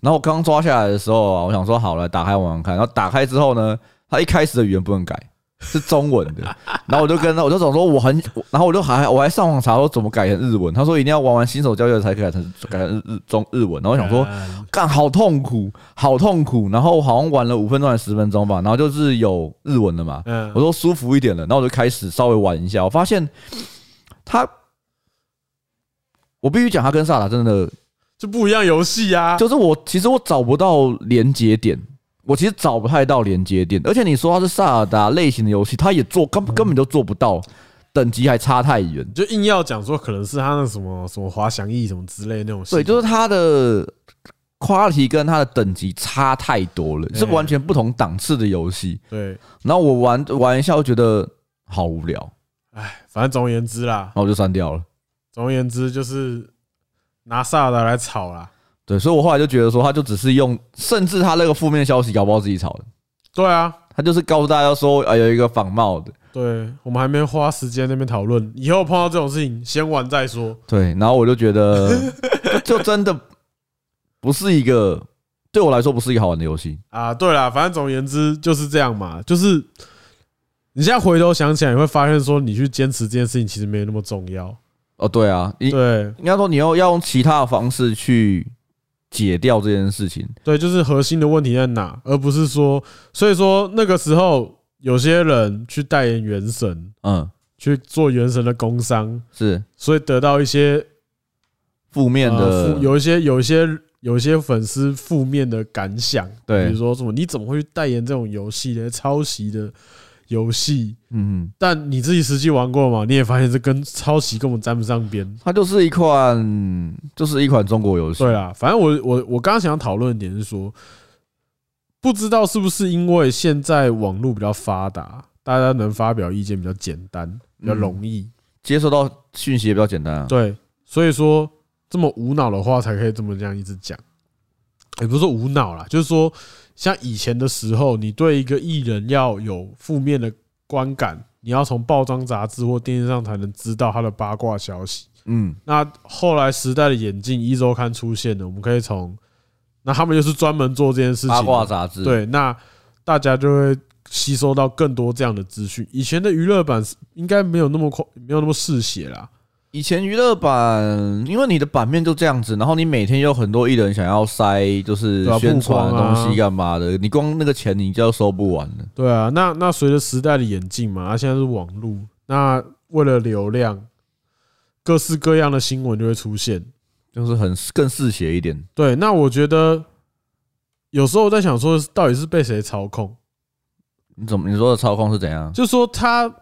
[SPEAKER 1] 然后我刚抓下来的时候啊，我想说好了，打开玩玩看。然后打开之后呢，它一开始的语言不能改，是中文的。然后我就跟他，我就想说我很，我然后我就还我还上网查说怎么改成日文。他说一定要玩完新手教学才改成改成日日中日文。然后我想说，
[SPEAKER 2] 嗯
[SPEAKER 1] 干好痛苦，好痛苦。然后好像玩了五分钟还是十分钟吧，然后就是有日文了嘛，我
[SPEAKER 2] 嗯，
[SPEAKER 1] 说舒服一点了，然后我就开始稍微玩一下，我发现它，我必须讲，它跟萨达真的
[SPEAKER 2] 就不一样游戏啊。
[SPEAKER 1] 就是我其实我找不到连接点，我其实找不太到连接点，而且你说它是萨尔达类型的游戏，它也做根根本就做不到，等级还差太远。
[SPEAKER 2] 就硬要讲说可能是他那什么什么滑翔翼什么之类的那种系统，
[SPEAKER 1] 对，就是它的 quality 跟它的等级差太多了，是完全不同档次的游戏。
[SPEAKER 2] 对，
[SPEAKER 1] 然后我玩玩一下，我觉得好无聊，然
[SPEAKER 2] 哎，反正总而言之啦，
[SPEAKER 1] 后我就删掉了。
[SPEAKER 2] 总而言之就是拿萨尔达来炒啦。
[SPEAKER 1] 对，所以我后来就觉得说，他就只是用，甚至他那个负面消息搞不好自己炒的，
[SPEAKER 2] 对啊，
[SPEAKER 1] 他就是告诉大家说，啊，有一个仿冒的，
[SPEAKER 2] 对我们还没花时间在那边讨论，以后碰到这种事情先玩再说。
[SPEAKER 1] 对，然后我就觉得， *laughs* 就就真的不是一个对我来说不是一个好玩的游戏。
[SPEAKER 2] 啊，对啦，反正总而言之就是这样嘛，就是你现在回头想起来，你会发现说你去坚持这件事情其实没有那么重要。
[SPEAKER 1] 哦，对啊，应
[SPEAKER 2] 对
[SPEAKER 1] 应该说你要要用其他的方式去解掉这件事情。
[SPEAKER 2] 对，就是核心的问题在哪，而不是说，所以说那个时候有些人去代言原神，
[SPEAKER 1] 嗯，
[SPEAKER 2] 去做原神的工商，
[SPEAKER 1] 是
[SPEAKER 2] 所以得到一些
[SPEAKER 1] 负面
[SPEAKER 2] 呃
[SPEAKER 1] 的
[SPEAKER 2] 负，有一些有一些有一些粉丝负面的感想，比
[SPEAKER 1] 对
[SPEAKER 2] 如，说什么你怎么会去代言这种游戏呢？抄袭的游戏，
[SPEAKER 1] 嗯，
[SPEAKER 2] 但你自己实际玩过嘛？你也发现这跟抄袭根本沾不上边。
[SPEAKER 1] 它就是一款，就是一款中国游戏。
[SPEAKER 2] 对啊啦，反正我我我刚刚想讨论的点是说，不知道是不是因为现在网络比较发达，大家能发表意见比较简单，
[SPEAKER 1] 嗯
[SPEAKER 2] 比较容易，
[SPEAKER 1] 接收到讯息也比较简单啊。
[SPEAKER 2] 对，所以说这么无脑的话才可以这么这样一直讲，也不是说无脑啦，就是说像以前的时候，你对一个艺人要有负面的观感，你要从报章杂志或电视上才能知道他的八卦消息。
[SPEAKER 1] 嗯，
[SPEAKER 2] 那后来时代的演进，一周刊出现了，我们可以从那他们就是专门做这件事情
[SPEAKER 1] 八卦
[SPEAKER 2] 的，
[SPEAKER 1] 杂志，，
[SPEAKER 2] 对，那大家就会。吸收到更多这样的资讯，以前的娱乐版是应该没有那么快，没有那么嗜血啦。
[SPEAKER 1] 以前娱乐版，因为你的版面就这样子，然后你每天有很多艺人想要塞，就是
[SPEAKER 2] 对啊
[SPEAKER 1] 宣传
[SPEAKER 2] 曝
[SPEAKER 1] 的
[SPEAKER 2] 光啊
[SPEAKER 1] 东西干嘛的，你光那个钱你就要收不完了。
[SPEAKER 2] 对啊，那那随着时代的演进嘛，啊，现在是网络，那为了流量，各式各样的新闻就会出现。
[SPEAKER 1] 就是很更嗜血一点，
[SPEAKER 2] 对，那我觉得有时候我在想说，到底是被谁操控？
[SPEAKER 1] 你怎么你说的操控是怎样？
[SPEAKER 2] 就说他，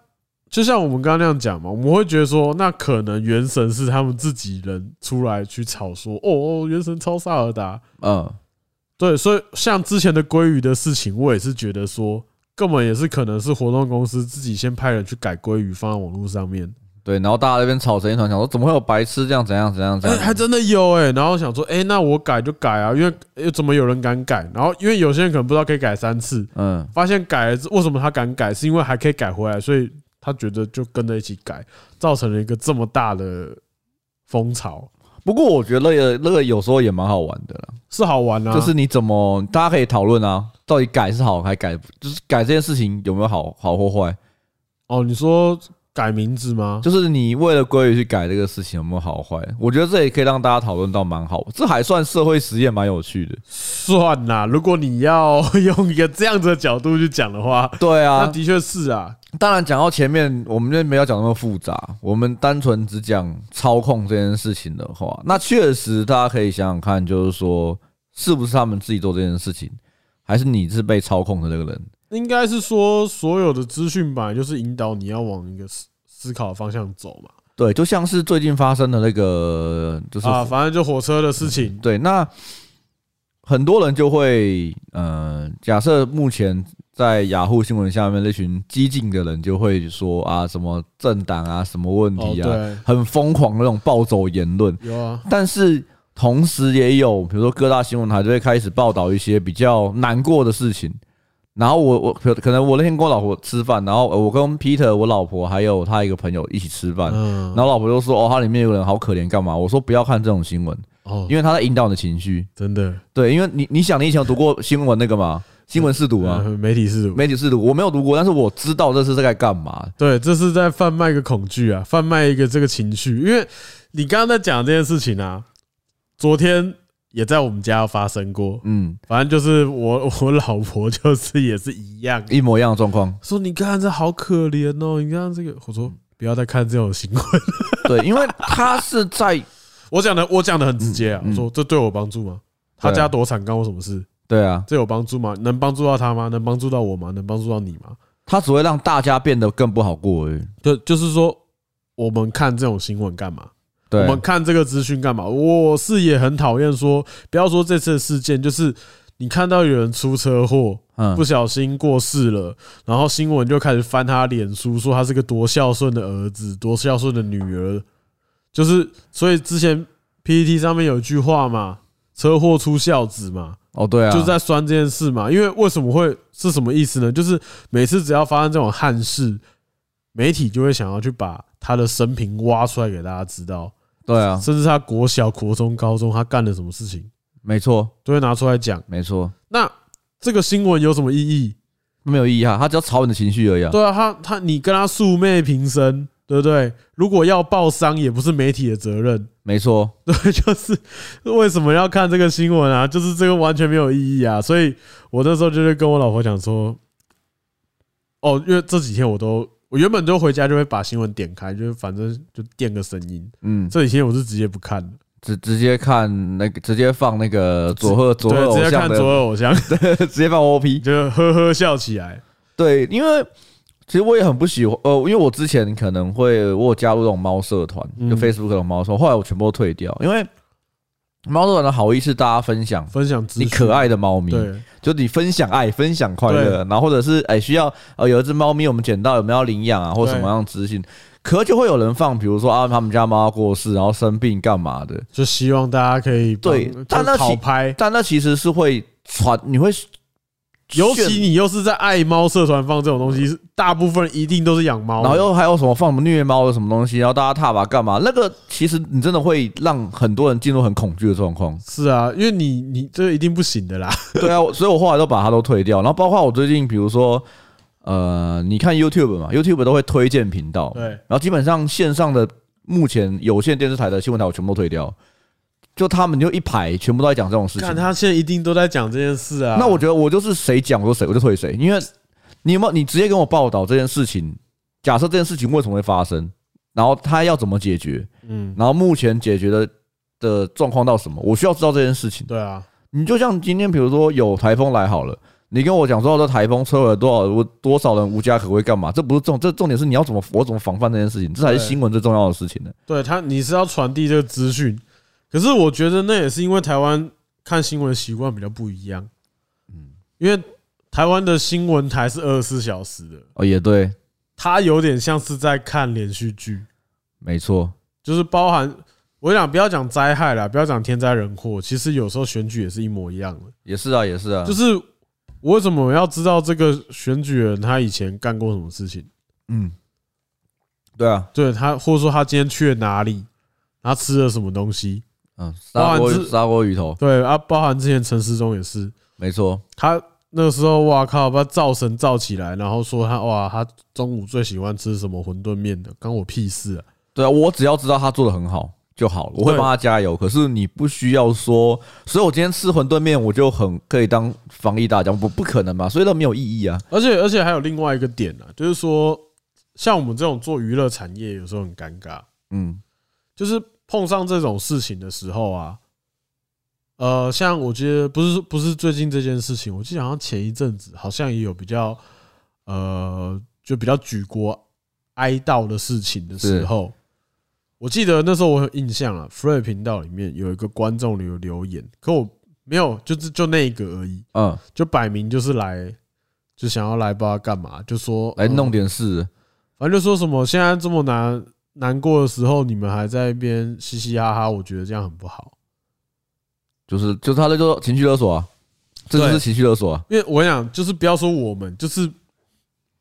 [SPEAKER 2] 就像我们刚刚那样讲嘛，我们会觉得说，那可能原神是他们自己人出来去炒说，哦，哦原神超萨尔达。
[SPEAKER 1] 嗯，
[SPEAKER 2] 对，所以像之前的鲑鱼的事情，我也是觉得说，根本也是可能是活动公司自己先派人去改鲑鱼放在网络上面。
[SPEAKER 1] 对，然后大家在那边吵成一团，想说怎么会有白痴这样怎样怎样怎
[SPEAKER 2] 哎，
[SPEAKER 1] 样，
[SPEAKER 2] 还真的有哎、然后想说，哎，那我改就改啊，因为呃怎么有人敢改？然后因为有些人可能不知道可以改三次，
[SPEAKER 1] 嗯，
[SPEAKER 2] 发现改了之，为什么他敢改？是因为还可以改回来，所以他觉得就跟着一起改，造成了一个这么大的风潮，
[SPEAKER 1] 不过我觉得那个那个有时候也蛮好玩的啦，
[SPEAKER 2] 是好玩啊。
[SPEAKER 1] 就是你怎么大家可以讨论啊，到底改是好还改，就是改这件事情有没有好好或坏，
[SPEAKER 2] 哦，你说改名字吗？
[SPEAKER 1] 就是你为了规律去改这个事情有没有好坏，我觉得这也可以让大家讨论到蛮好，这还算社会实验蛮有趣的。
[SPEAKER 2] 算啦，如果你要用一个这样子的角度去讲的话，
[SPEAKER 1] 对
[SPEAKER 2] 那
[SPEAKER 1] 啊，
[SPEAKER 2] 的确是啊。
[SPEAKER 1] 当然讲到前面，我们就没有讲那么复杂，我们单纯只讲操控这件事情的话，那确实大家可以想想看，就是说是不是他们自己做这件事情，还是你是被操控的那个人？
[SPEAKER 2] 应该是说，所有的资讯本来就是引导你要往一个思思考的方向走嘛。
[SPEAKER 1] 对，就像是最近发生的那个，就是、
[SPEAKER 2] 啊，反正就火车的事情，
[SPEAKER 1] 对，那很多人就会，呃，假设目前在雅虎新闻下面那群激进的人就会说啊，什么政党啊，什么问
[SPEAKER 2] 哦，
[SPEAKER 1] 题啊，
[SPEAKER 2] 对，
[SPEAKER 1] 很疯狂的那种暴走言论。
[SPEAKER 2] 有啊，
[SPEAKER 1] 但是同时也有，比如说各大新闻台就会开始报道一些比较难过的事情。然后我我可可能我那天跟我老婆吃饭，然后呃我跟 Peter 我老婆还有他一个朋友一起吃饭，
[SPEAKER 2] 嗯
[SPEAKER 1] 然，后老婆就说哦，他里面有个人好可怜，干嘛？我说不要看这种新闻，
[SPEAKER 2] 哦，
[SPEAKER 1] 因为他在引导你的情绪。
[SPEAKER 2] 真的，
[SPEAKER 1] 对，因为你你想你以前有读过新闻那个吗？新闻试读啊，
[SPEAKER 2] 嗯媒体是
[SPEAKER 1] 媒体试读，我没有读过，但是我知道这是在干嘛。
[SPEAKER 2] 对，这是在贩卖一个恐惧啊，贩卖一个这个情绪。因为你刚刚在讲这件事情啊，昨天也在我们家发生过。
[SPEAKER 1] 嗯，
[SPEAKER 2] 反正就是我 *laughs* 我老婆就是也是一样，
[SPEAKER 1] 一模一样的状况。
[SPEAKER 2] 说你看这好可怜哦，你看这个，我说不要再看这种新闻。
[SPEAKER 1] 对，因为他是在
[SPEAKER 2] *laughs* 我讲的我讲的很直接啊，
[SPEAKER 1] 嗯嗯
[SPEAKER 2] 我说这对我有帮助吗？他家多惨干我什么事？
[SPEAKER 1] 对啊，
[SPEAKER 2] 这有帮助吗？能帮助到他吗？能帮助到我吗？能帮助到你吗？
[SPEAKER 1] 他只会让大家变得更不好过而已。
[SPEAKER 2] 就就是说，我们看这种新闻干嘛？
[SPEAKER 1] 对
[SPEAKER 2] 我们看这个资讯干嘛？我是也很讨厌说，不要说这次的事件，就是你看到有人出车祸，
[SPEAKER 1] 嗯
[SPEAKER 2] 不小心过世了，然后新闻就开始翻他脸书，说他是个多孝顺的儿子，多孝顺的女儿，就是所以之前 PPT 上面有一句话嘛，车祸出孝子嘛，
[SPEAKER 1] 哦，对啊，
[SPEAKER 2] 就是在酸这件事嘛。因为为什么会是什么意思呢？就是每次只要发生这种憾事，媒体就会想要去把他的生平挖出来给大家知道。
[SPEAKER 1] 对啊，
[SPEAKER 2] 甚至他国小、国中、高中他干了什么事情，
[SPEAKER 1] 没错，
[SPEAKER 2] 都会拿出来讲。
[SPEAKER 1] 没错，
[SPEAKER 2] 那这个新闻有什么意义？
[SPEAKER 1] 没有意义啊，他只要炒你的情绪而已啊。
[SPEAKER 2] 对啊，他他你跟他素昧平生，对不对？如果要报伤，也不是媒体的责任。
[SPEAKER 1] 没错，
[SPEAKER 2] 对， *laughs* 就是为什么要看这个新闻啊？就是这个完全没有意义啊！所以我那时候就是跟我老婆讲说，哦，因为这几天我都我原本就回家就会把新闻点开，就是反正就垫个声音。
[SPEAKER 1] 嗯，
[SPEAKER 2] 这几天我是直接不看的，
[SPEAKER 1] 直直接看那个，直接放那个左赫左赫
[SPEAKER 2] 对，
[SPEAKER 1] 偶
[SPEAKER 2] 直接
[SPEAKER 1] 像
[SPEAKER 2] 看
[SPEAKER 1] 的，
[SPEAKER 2] 左右偶像， *laughs*
[SPEAKER 1] 直接放 OP。
[SPEAKER 2] 就呵呵笑起来。
[SPEAKER 1] 对，因为其实我也很不喜欢，呃，因为我之前可能会我有加入这种猫社团，
[SPEAKER 2] 嗯
[SPEAKER 1] 就 Facebook 的猫社团，后来我全部都退掉，因为猫社团的好意是大家分享
[SPEAKER 2] 分享资
[SPEAKER 1] 你
[SPEAKER 2] 讯
[SPEAKER 1] 可爱的猫咪，
[SPEAKER 2] 对，
[SPEAKER 1] 就你分享爱、分享快乐，然后或者是哎、需要呃有一只猫咪我们捡到有没有要领养啊，或
[SPEAKER 2] 对
[SPEAKER 1] 什么样的资讯，可就会有人放，比如说啊他们家猫过世，然后生病干嘛的，
[SPEAKER 2] 就希望大家可以帮
[SPEAKER 1] 对
[SPEAKER 2] 就
[SPEAKER 1] 但那其
[SPEAKER 2] 讨拍，
[SPEAKER 1] 但那其实是会传，你会
[SPEAKER 2] 尤其
[SPEAKER 1] 炫
[SPEAKER 2] 你又是在爱猫社团放这种东西，大部分一定都是养猫的，。
[SPEAKER 1] 然后又还有什么放什么虐猫的什么东西，然后大家踏伐干嘛？那个其实你真的会让很多人进入很恐惧的状况
[SPEAKER 2] *laughs* 是啊，因为你你这一定不行的啦，
[SPEAKER 1] 对啊，所以我后来都把它都退掉。然后包括我最近，比如说呃，你看 YouTube 嘛，YouTube 都会推荐频道，
[SPEAKER 2] 对，
[SPEAKER 1] 然后基本上线上的目前有线电视台的新闻台我全部都退掉，就他们就一排全部都在讲这种事情
[SPEAKER 2] 看。他现在一定都在讲这件事啊，
[SPEAKER 1] 那我觉得我就是谁讲我就谁我就退谁，因为你有没有你直接跟我报道这件事情，假设这件事情为什么会发生，然后他要怎么解决，
[SPEAKER 2] 嗯，
[SPEAKER 1] 然后目前解决的的状况到什么，我需要知道这件事情。
[SPEAKER 2] 对啊，
[SPEAKER 1] 你就像今天，比如说有台风来好了，你跟我讲说哦这台风摧毁了多少我多少人无家可归，干嘛？这不是重，这重点是你要怎么我怎么防范这件事情，这才是
[SPEAKER 2] 对
[SPEAKER 1] 新闻最重要的事情呢。
[SPEAKER 2] 对他你是要传递这个资讯，可是我觉得那也是因为台湾看新闻的习惯比较不一样，
[SPEAKER 1] 嗯，
[SPEAKER 2] 因为台湾的新闻台是二十四小时的，
[SPEAKER 1] 哦，也对，
[SPEAKER 2] 它有点像是在看连续剧。
[SPEAKER 1] 没错，
[SPEAKER 2] 就是包含我想不要讲灾害啦，不要讲天灾人祸，其实有时候选举也是一模一样的。
[SPEAKER 1] 也是啊，也是啊，
[SPEAKER 2] 就是我为什么要知道这个选举人他以前干过什么事情？
[SPEAKER 1] 嗯，对啊，
[SPEAKER 2] 对他，或者说他今天去了哪里，他吃了什么东西？
[SPEAKER 1] 嗯，
[SPEAKER 2] 包
[SPEAKER 1] 砂
[SPEAKER 2] 含
[SPEAKER 1] 锅
[SPEAKER 2] 是
[SPEAKER 1] 砂锅鱼头，
[SPEAKER 2] 对啊，包含之前陈时中也是，
[SPEAKER 1] 没错，
[SPEAKER 2] 他那个时候哇靠，把他造神造起来，然后说他哇，他中午最喜欢吃什么馄饨面的，关我屁事啊！
[SPEAKER 1] 对啊，我只要知道他做的很好就好了，我会
[SPEAKER 2] 对
[SPEAKER 1] 帮他加油。可是你不需要说，所以我今天吃馄饨面，我就很可以当防疫大将，不不可能嘛，所以都没有意义啊。
[SPEAKER 2] 而且而且还有另外一个点呢、啊，就是说，像我们这种做娱乐产业，有时候很尴尬，
[SPEAKER 1] 嗯，
[SPEAKER 2] 就是碰上这种事情的时候啊，呃，像我觉得不是不是最近这件事情，我记得好像前一阵子好像也有比较呃，就比较举国哀悼的事情的时候，我记得那时候我有印象啊，Free 频道里面有一个观众留留言，可我没有，就是就那一个而已，
[SPEAKER 1] 嗯，
[SPEAKER 2] 就摆明就是来。就想要来不知道干嘛，就说
[SPEAKER 1] 来
[SPEAKER 2] 嗯
[SPEAKER 1] 弄点事，
[SPEAKER 2] 反正就说什么现在这么难难过的时候，你们还在一边嘻嘻哈哈，我觉得这样很不好。
[SPEAKER 1] 就是就是他在做情绪勒索啊，这就是
[SPEAKER 2] 对
[SPEAKER 1] 情绪勒索啊。
[SPEAKER 2] 因为我想，就是不要说我们，就是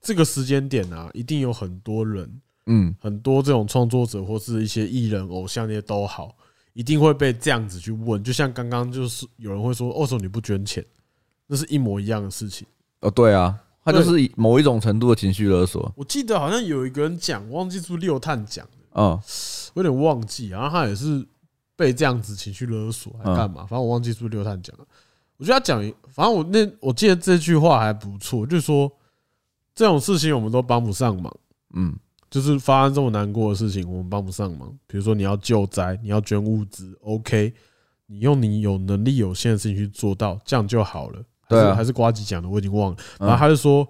[SPEAKER 2] 这个时间点啊，一定有很多人，
[SPEAKER 1] 嗯，
[SPEAKER 2] 很多这种创作者或是一些艺人、偶像那些都好，一定会被这样子去问。就像刚刚就是有人会说，哦，为什么你不捐钱？那是一模一样的事情。
[SPEAKER 1] 哦，对啊，他就是以某一种程度的情绪勒索。
[SPEAKER 2] 我记得好像有一个人讲，忘记是不是六探讲，
[SPEAKER 1] 嗯，
[SPEAKER 2] 我有点忘记，然后他也是被这样子情绪勒索
[SPEAKER 1] 嗯
[SPEAKER 2] 还干嘛？反正我忘记是不是刘探讲了。我觉得他讲，反正我那我记得这句话还不错，就是说这种事情我们都帮不上忙，
[SPEAKER 1] 嗯，
[SPEAKER 2] 就是发生这么难过的事情，我们帮不上忙。比如说你要救灾，你要捐物资，OK，你用你有能力有限的事情去做到，这样就好了。还
[SPEAKER 1] 对
[SPEAKER 2] 是
[SPEAKER 1] 啊
[SPEAKER 2] 还是瓜吉讲的，我已经忘了。
[SPEAKER 1] 嗯
[SPEAKER 2] 然后他就说，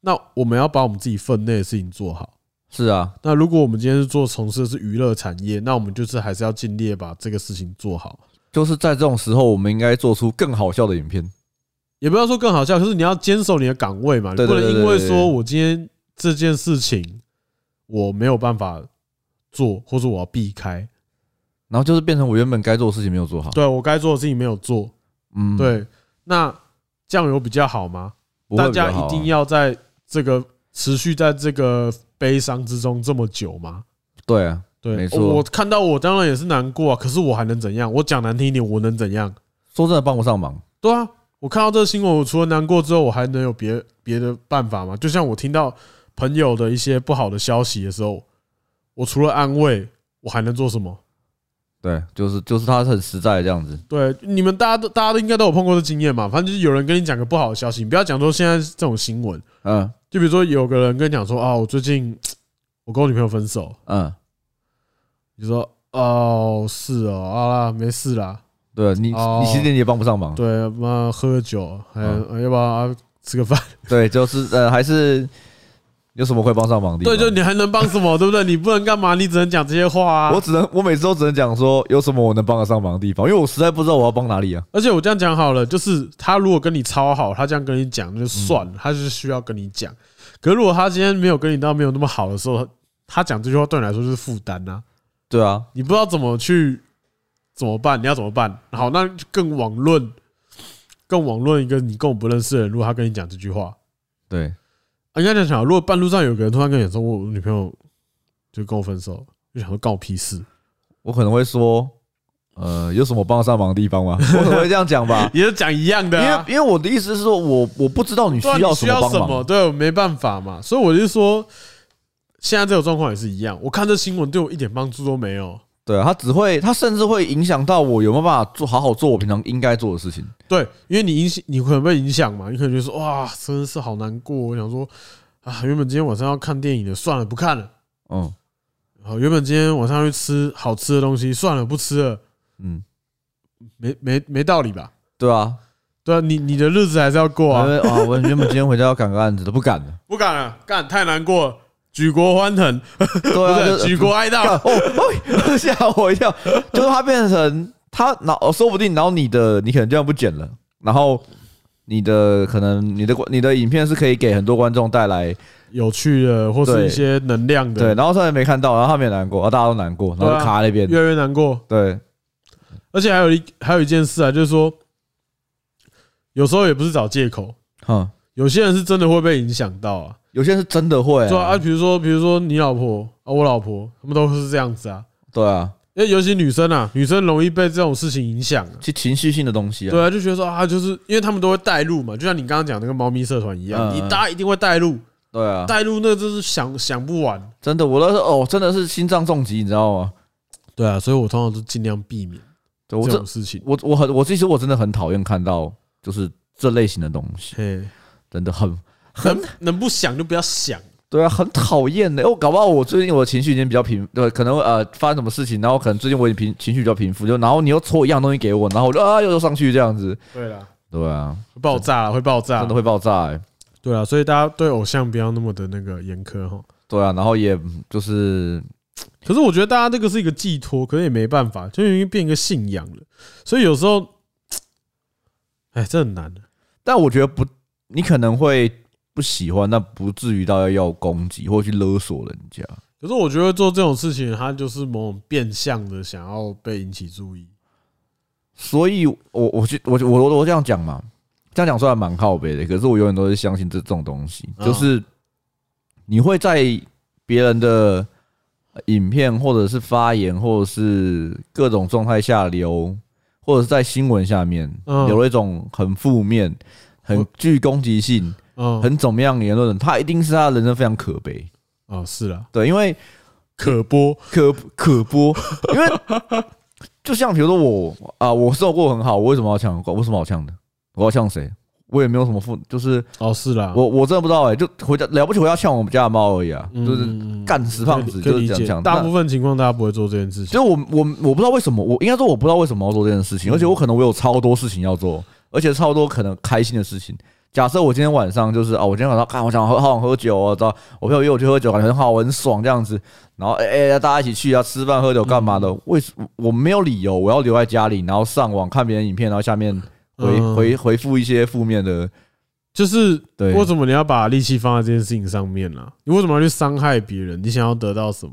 [SPEAKER 2] 那我们要把我们自己分内的事情做好。
[SPEAKER 1] 是啊，
[SPEAKER 2] 那如果我们今天是做从事的是娱乐产业，那我们就是还是要尽力地把这个事情做好，
[SPEAKER 1] 就是在这种时候，我们应该做出更好笑的影片。
[SPEAKER 2] 也不要说更好笑，可是你要坚守你的岗位嘛，你
[SPEAKER 1] 对
[SPEAKER 2] 不
[SPEAKER 1] 对
[SPEAKER 2] 能
[SPEAKER 1] 对对
[SPEAKER 2] 因为
[SPEAKER 1] 对
[SPEAKER 2] 说我今天这件事情我没有办法做，或者我要避开，
[SPEAKER 1] 然后就是变成我原本该做的事情没有做好。
[SPEAKER 2] 对我该做的事情没有做，
[SPEAKER 1] 嗯，，
[SPEAKER 2] 对，那这样有比较好吗？大家一
[SPEAKER 1] 啊
[SPEAKER 2] 定要在这个持续在这个悲伤之中这么久吗？
[SPEAKER 1] 对啊，
[SPEAKER 2] 对，哦
[SPEAKER 1] 没错
[SPEAKER 2] 我看到我当然也是难过啊，可是我还能怎样？我讲难听一点，我能怎样？
[SPEAKER 1] 说真的帮不上忙。
[SPEAKER 2] 对啊，我看到这个新闻，我除了难过之后，我还能有别别的办法吗？就像我听到朋友的一些不好的消息的时候，我除了安慰，我还能做什么？
[SPEAKER 1] 对，就是就是他很实在的这样子。
[SPEAKER 2] 对，你们大家都大家都应该都有碰过的经验嘛。反正就是有人跟你讲个不好的消息，你不要讲说现在这种新闻，
[SPEAKER 1] 嗯
[SPEAKER 2] 就比如说有个人跟你讲说啊，我最近我跟我女朋友分手，
[SPEAKER 1] 嗯，
[SPEAKER 2] 你说哦是哦，好啦，没事啦，
[SPEAKER 1] 对你
[SPEAKER 2] 哦
[SPEAKER 1] 你其实你也帮不上忙。
[SPEAKER 2] 对，妈喝个酒，还有要不要啊吃个饭？
[SPEAKER 1] 对，就是呃还是有什么会帮上忙的地
[SPEAKER 2] 对，
[SPEAKER 1] 方？
[SPEAKER 2] 就你还能帮什么，对不对？你不能干嘛，你只能讲这些话啊。
[SPEAKER 1] 我只能我每次都只能讲说有什么我能帮得上忙的地方，因为我实在不知道我要帮哪里啊。
[SPEAKER 2] 而且我这样讲好了，就是他如果跟你超好，他这样跟你讲那就算
[SPEAKER 1] 嗯
[SPEAKER 2] 了，他是需要跟你讲。可是如果他今天没有跟你到没有那么好的时候，他讲这句话对你来说就是负担呐，
[SPEAKER 1] 对啊，
[SPEAKER 2] 你不知道怎么去怎么办，你要怎么办？好，那就更网论，更网论一个你根本不认识的人，如果他跟你讲这句话，
[SPEAKER 1] 对，
[SPEAKER 2] 啊应该这样想，如果半路上有个人突然跟你说我女朋友就跟我分手，就想说干我屁事，
[SPEAKER 1] 我可能会说，呃，有什么帮得上忙的地方吗？我可能会这样讲
[SPEAKER 2] *laughs*，
[SPEAKER 1] 吧
[SPEAKER 2] 也是讲一样
[SPEAKER 1] 因
[SPEAKER 2] 的、啊
[SPEAKER 1] 为，因为我的意思是说我我不知道你需
[SPEAKER 2] 对啊，你
[SPEAKER 1] 什
[SPEAKER 2] 需
[SPEAKER 1] 么
[SPEAKER 2] 要
[SPEAKER 1] 帮
[SPEAKER 2] 什
[SPEAKER 1] 忙
[SPEAKER 2] 么？。对，我没办法嘛。所以我就说，现在这种状况也是一样。我看这新闻对我一点帮助都没有。
[SPEAKER 1] 对啊，他只会他甚至会影响到我有没有办法做好好做我平常应该做的事情。
[SPEAKER 2] 对，因为你影响，你可能被影响嘛，你可能就说哇，真的是好难过。我想说啊，原本今天晚上要看电影的，算了，不看了。
[SPEAKER 1] 嗯
[SPEAKER 2] 好，原本今天晚上要去吃好吃的东西，算了，不吃了。
[SPEAKER 1] 嗯，
[SPEAKER 2] 没没没道理吧？
[SPEAKER 1] 对啊，
[SPEAKER 2] 对啊，你你的日子还是要过
[SPEAKER 1] 因
[SPEAKER 2] 啊，
[SPEAKER 1] 为啊，我原本今天回家要赶个案子都不敢
[SPEAKER 2] *laughs*
[SPEAKER 1] 了。
[SPEAKER 2] 不敢了，干太难过了，举国欢腾，不
[SPEAKER 1] 对啊，就是
[SPEAKER 2] 举国哀
[SPEAKER 1] 干
[SPEAKER 2] 悼，
[SPEAKER 1] 哦哦， *laughs* 吓我一跳，哦就是他变成他脑，说不定然后你的你可能这样不剪了，然后你的可能你的你的影片是可以给很多观众带来
[SPEAKER 2] 有趣的或是一些能量
[SPEAKER 1] 对，
[SPEAKER 2] 的，
[SPEAKER 1] 然后他也没看到，然后他们也难过，啊，大家都难过，然后
[SPEAKER 2] 对
[SPEAKER 1] 就
[SPEAKER 2] 啊
[SPEAKER 1] 卡在那边，
[SPEAKER 2] 越来越难过。
[SPEAKER 1] 对，
[SPEAKER 2] 而且还有一还有一件事啊，就是说，有时候也不是找借口，
[SPEAKER 1] 哼，
[SPEAKER 2] 有些人是真的会被影响到啊。
[SPEAKER 1] 有些是真的会
[SPEAKER 2] 对啊，
[SPEAKER 1] 啊，
[SPEAKER 2] 比如说比如说你老婆啊，我老婆，他们都是这样子啊。
[SPEAKER 1] 对啊，
[SPEAKER 2] 因为尤其女生啊，女生容易被这种事情影响啊。
[SPEAKER 1] 其实情绪性的东西啊，
[SPEAKER 2] 对啊，就觉得说啊，就是因为他们都会带入嘛，就像你刚刚讲那个猫咪社团一样，
[SPEAKER 1] 嗯
[SPEAKER 2] 你大家一定会带入，
[SPEAKER 1] 对啊，
[SPEAKER 2] 带入那真是想想不完。
[SPEAKER 1] 真的，我都是哦，真的是心脏重击，你知道吗？
[SPEAKER 2] 对啊，所以我通常都尽量避免
[SPEAKER 1] 对我
[SPEAKER 2] 这
[SPEAKER 1] 这
[SPEAKER 2] 种事情。
[SPEAKER 1] 我我很我其实我真的很讨厌看到就是这类型的东西，
[SPEAKER 2] 嘿，
[SPEAKER 1] 真的很
[SPEAKER 2] 能能不想就不要想。
[SPEAKER 1] 对啊，很讨厌的。我搞不好我最近我的情绪已经比较平，对，可能呃发生什么事情，然后可能最近我已经平情绪比较平复，就然后你又搓一样东西给我，然后我就啊又又上去这样子，
[SPEAKER 2] 对啦，
[SPEAKER 1] 对啊，
[SPEAKER 2] 会爆炸啦，会爆炸
[SPEAKER 1] 真的。会爆炸、欸，
[SPEAKER 2] 对啊，所以大家对偶像不要那么的那个严苛哈。
[SPEAKER 1] 对啊，然后也就是
[SPEAKER 2] 可是我觉得大家这个是一个寄托，可是也没办法，就已经变一个信仰了。所以有时候，哎，这很难。
[SPEAKER 1] 但我觉得不，你可能会不喜欢，但不至于到要要攻击或去勒索人家。
[SPEAKER 2] 可是我觉得做这种事情，他就是某种变相的想要被引起注意。
[SPEAKER 1] 所以我，我我去我我我我这样讲嘛，这样讲虽然蛮靠北的，可是我永远都是相信这这种东西，
[SPEAKER 2] 嗯
[SPEAKER 1] 就是你会在别人的影片或者是发言或者是各种状态下留，或者是在新闻下面
[SPEAKER 2] 嗯
[SPEAKER 1] 留了一种很负面、很
[SPEAKER 2] 我
[SPEAKER 1] 具攻击性、
[SPEAKER 2] 嗯，
[SPEAKER 1] 很怎么样的言论，他一定是他的人生非常可悲。
[SPEAKER 2] 哦，是啦，
[SPEAKER 1] 对，因为
[SPEAKER 2] 可播。
[SPEAKER 1] 可可播，因为
[SPEAKER 2] *laughs*
[SPEAKER 1] 就像比如说我啊、我生活过很好，我为什么要呛？我为什么好呛的？我要呛谁？我也没有什么负，就是
[SPEAKER 2] 哦，是啦，
[SPEAKER 1] 我我真的不知道哎、就回家了不起回家呛我们家的猫而已啊，
[SPEAKER 2] 嗯
[SPEAKER 1] 就是干死胖子
[SPEAKER 2] 可
[SPEAKER 1] 就
[SPEAKER 2] 以
[SPEAKER 1] 是
[SPEAKER 2] 理
[SPEAKER 1] 这样
[SPEAKER 2] 解
[SPEAKER 1] 讲
[SPEAKER 2] 大
[SPEAKER 1] 那
[SPEAKER 2] 部分情况大家不会做这件事情。
[SPEAKER 1] 就是我我我不知道为什么，我应该说我不知道为什么要做这件事情，
[SPEAKER 2] 嗯
[SPEAKER 1] 而且我可能我有超多事情要做，而且超多可能开心的事情。假设我今天晚上就是啊，我今天晚上看我想喝好想喝酒哦，知道我朋友约我去喝酒，感觉很好，我很爽这样子。然后哎、哎大家一起去啊，吃饭喝酒干嘛
[SPEAKER 2] 嗯
[SPEAKER 1] 的？为什我没有理由我要留在家里，然后上网看别人影片，然后下面回、
[SPEAKER 2] 嗯
[SPEAKER 1] 回回复一些负面的？
[SPEAKER 2] 就是
[SPEAKER 1] 对
[SPEAKER 2] 为什么你要把力气放在这件事情上面啦？你为什么要去伤害别人？你想要得到什么？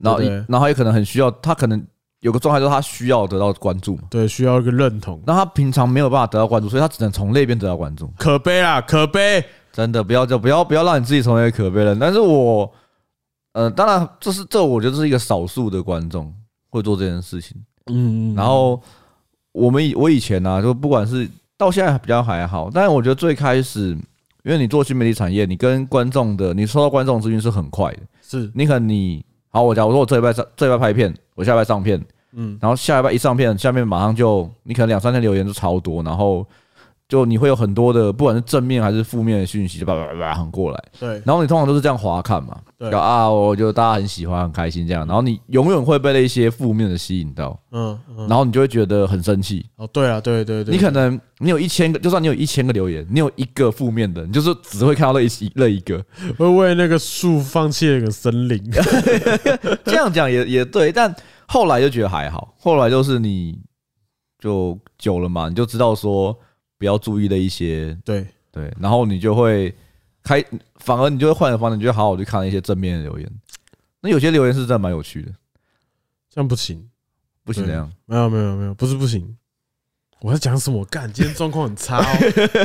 [SPEAKER 1] 然后
[SPEAKER 2] 对对
[SPEAKER 1] 然后也可能很需要，他可能有个状态就是他需要得到关注嘛，
[SPEAKER 2] 对，需要一个认同。
[SPEAKER 1] 那他平常没有办法得到关注，所以他只能从那边得到关注。
[SPEAKER 2] 可悲啦，可悲。
[SPEAKER 1] 真的不要就不要不要让你自己成为可悲人。但是我，呃，当然这是这我觉得是一个少数的观众会做这件事情。
[SPEAKER 2] 嗯
[SPEAKER 1] 然后我们以我以前呢、啊，就不管是到现在比较还好，但是我觉得最开始，因为你做新媒体产业，你跟观众的，你收到观众的资讯是很快的。
[SPEAKER 2] 是，
[SPEAKER 1] 你可能你好，我假如说我这礼拜上这礼拜拍片，我下礼拜上片，
[SPEAKER 2] 嗯
[SPEAKER 1] 然后下礼拜一上片，下面马上就你可能两三天留言就超多，然后就你会有很多的不管是正面还是负面的讯息，就叭叭叭叭很过来。
[SPEAKER 2] 对
[SPEAKER 1] 然后你通常都是这样滑看嘛，
[SPEAKER 2] 对
[SPEAKER 1] 就啊，我就大家很喜欢很开心这样，然后你永远会被那些负面的吸引到，
[SPEAKER 2] 嗯嗯，
[SPEAKER 1] 然后你就会觉得很生气。
[SPEAKER 2] 哦，对啊，对对对，
[SPEAKER 1] 你可能你有一千个，就算你有一千个留言，你有一个负面的，你就是只会看到那一那一个。
[SPEAKER 2] 会为那个树放弃了一个森林。
[SPEAKER 1] *laughs* 这样讲也也对，但后来就觉得还好，后来就是你就久了嘛，你就知道说不要注意的一些
[SPEAKER 2] 对，
[SPEAKER 1] 对，然后你就会开，反而你就会换个方式，你就会好好去看一些正面的留言。那有些留言是真的蛮有趣的，
[SPEAKER 2] 这样不行。
[SPEAKER 1] 不行
[SPEAKER 2] 对
[SPEAKER 1] 这样。
[SPEAKER 2] 没有没有没有，不是不行。我在讲什么？干，今天状况很差哦。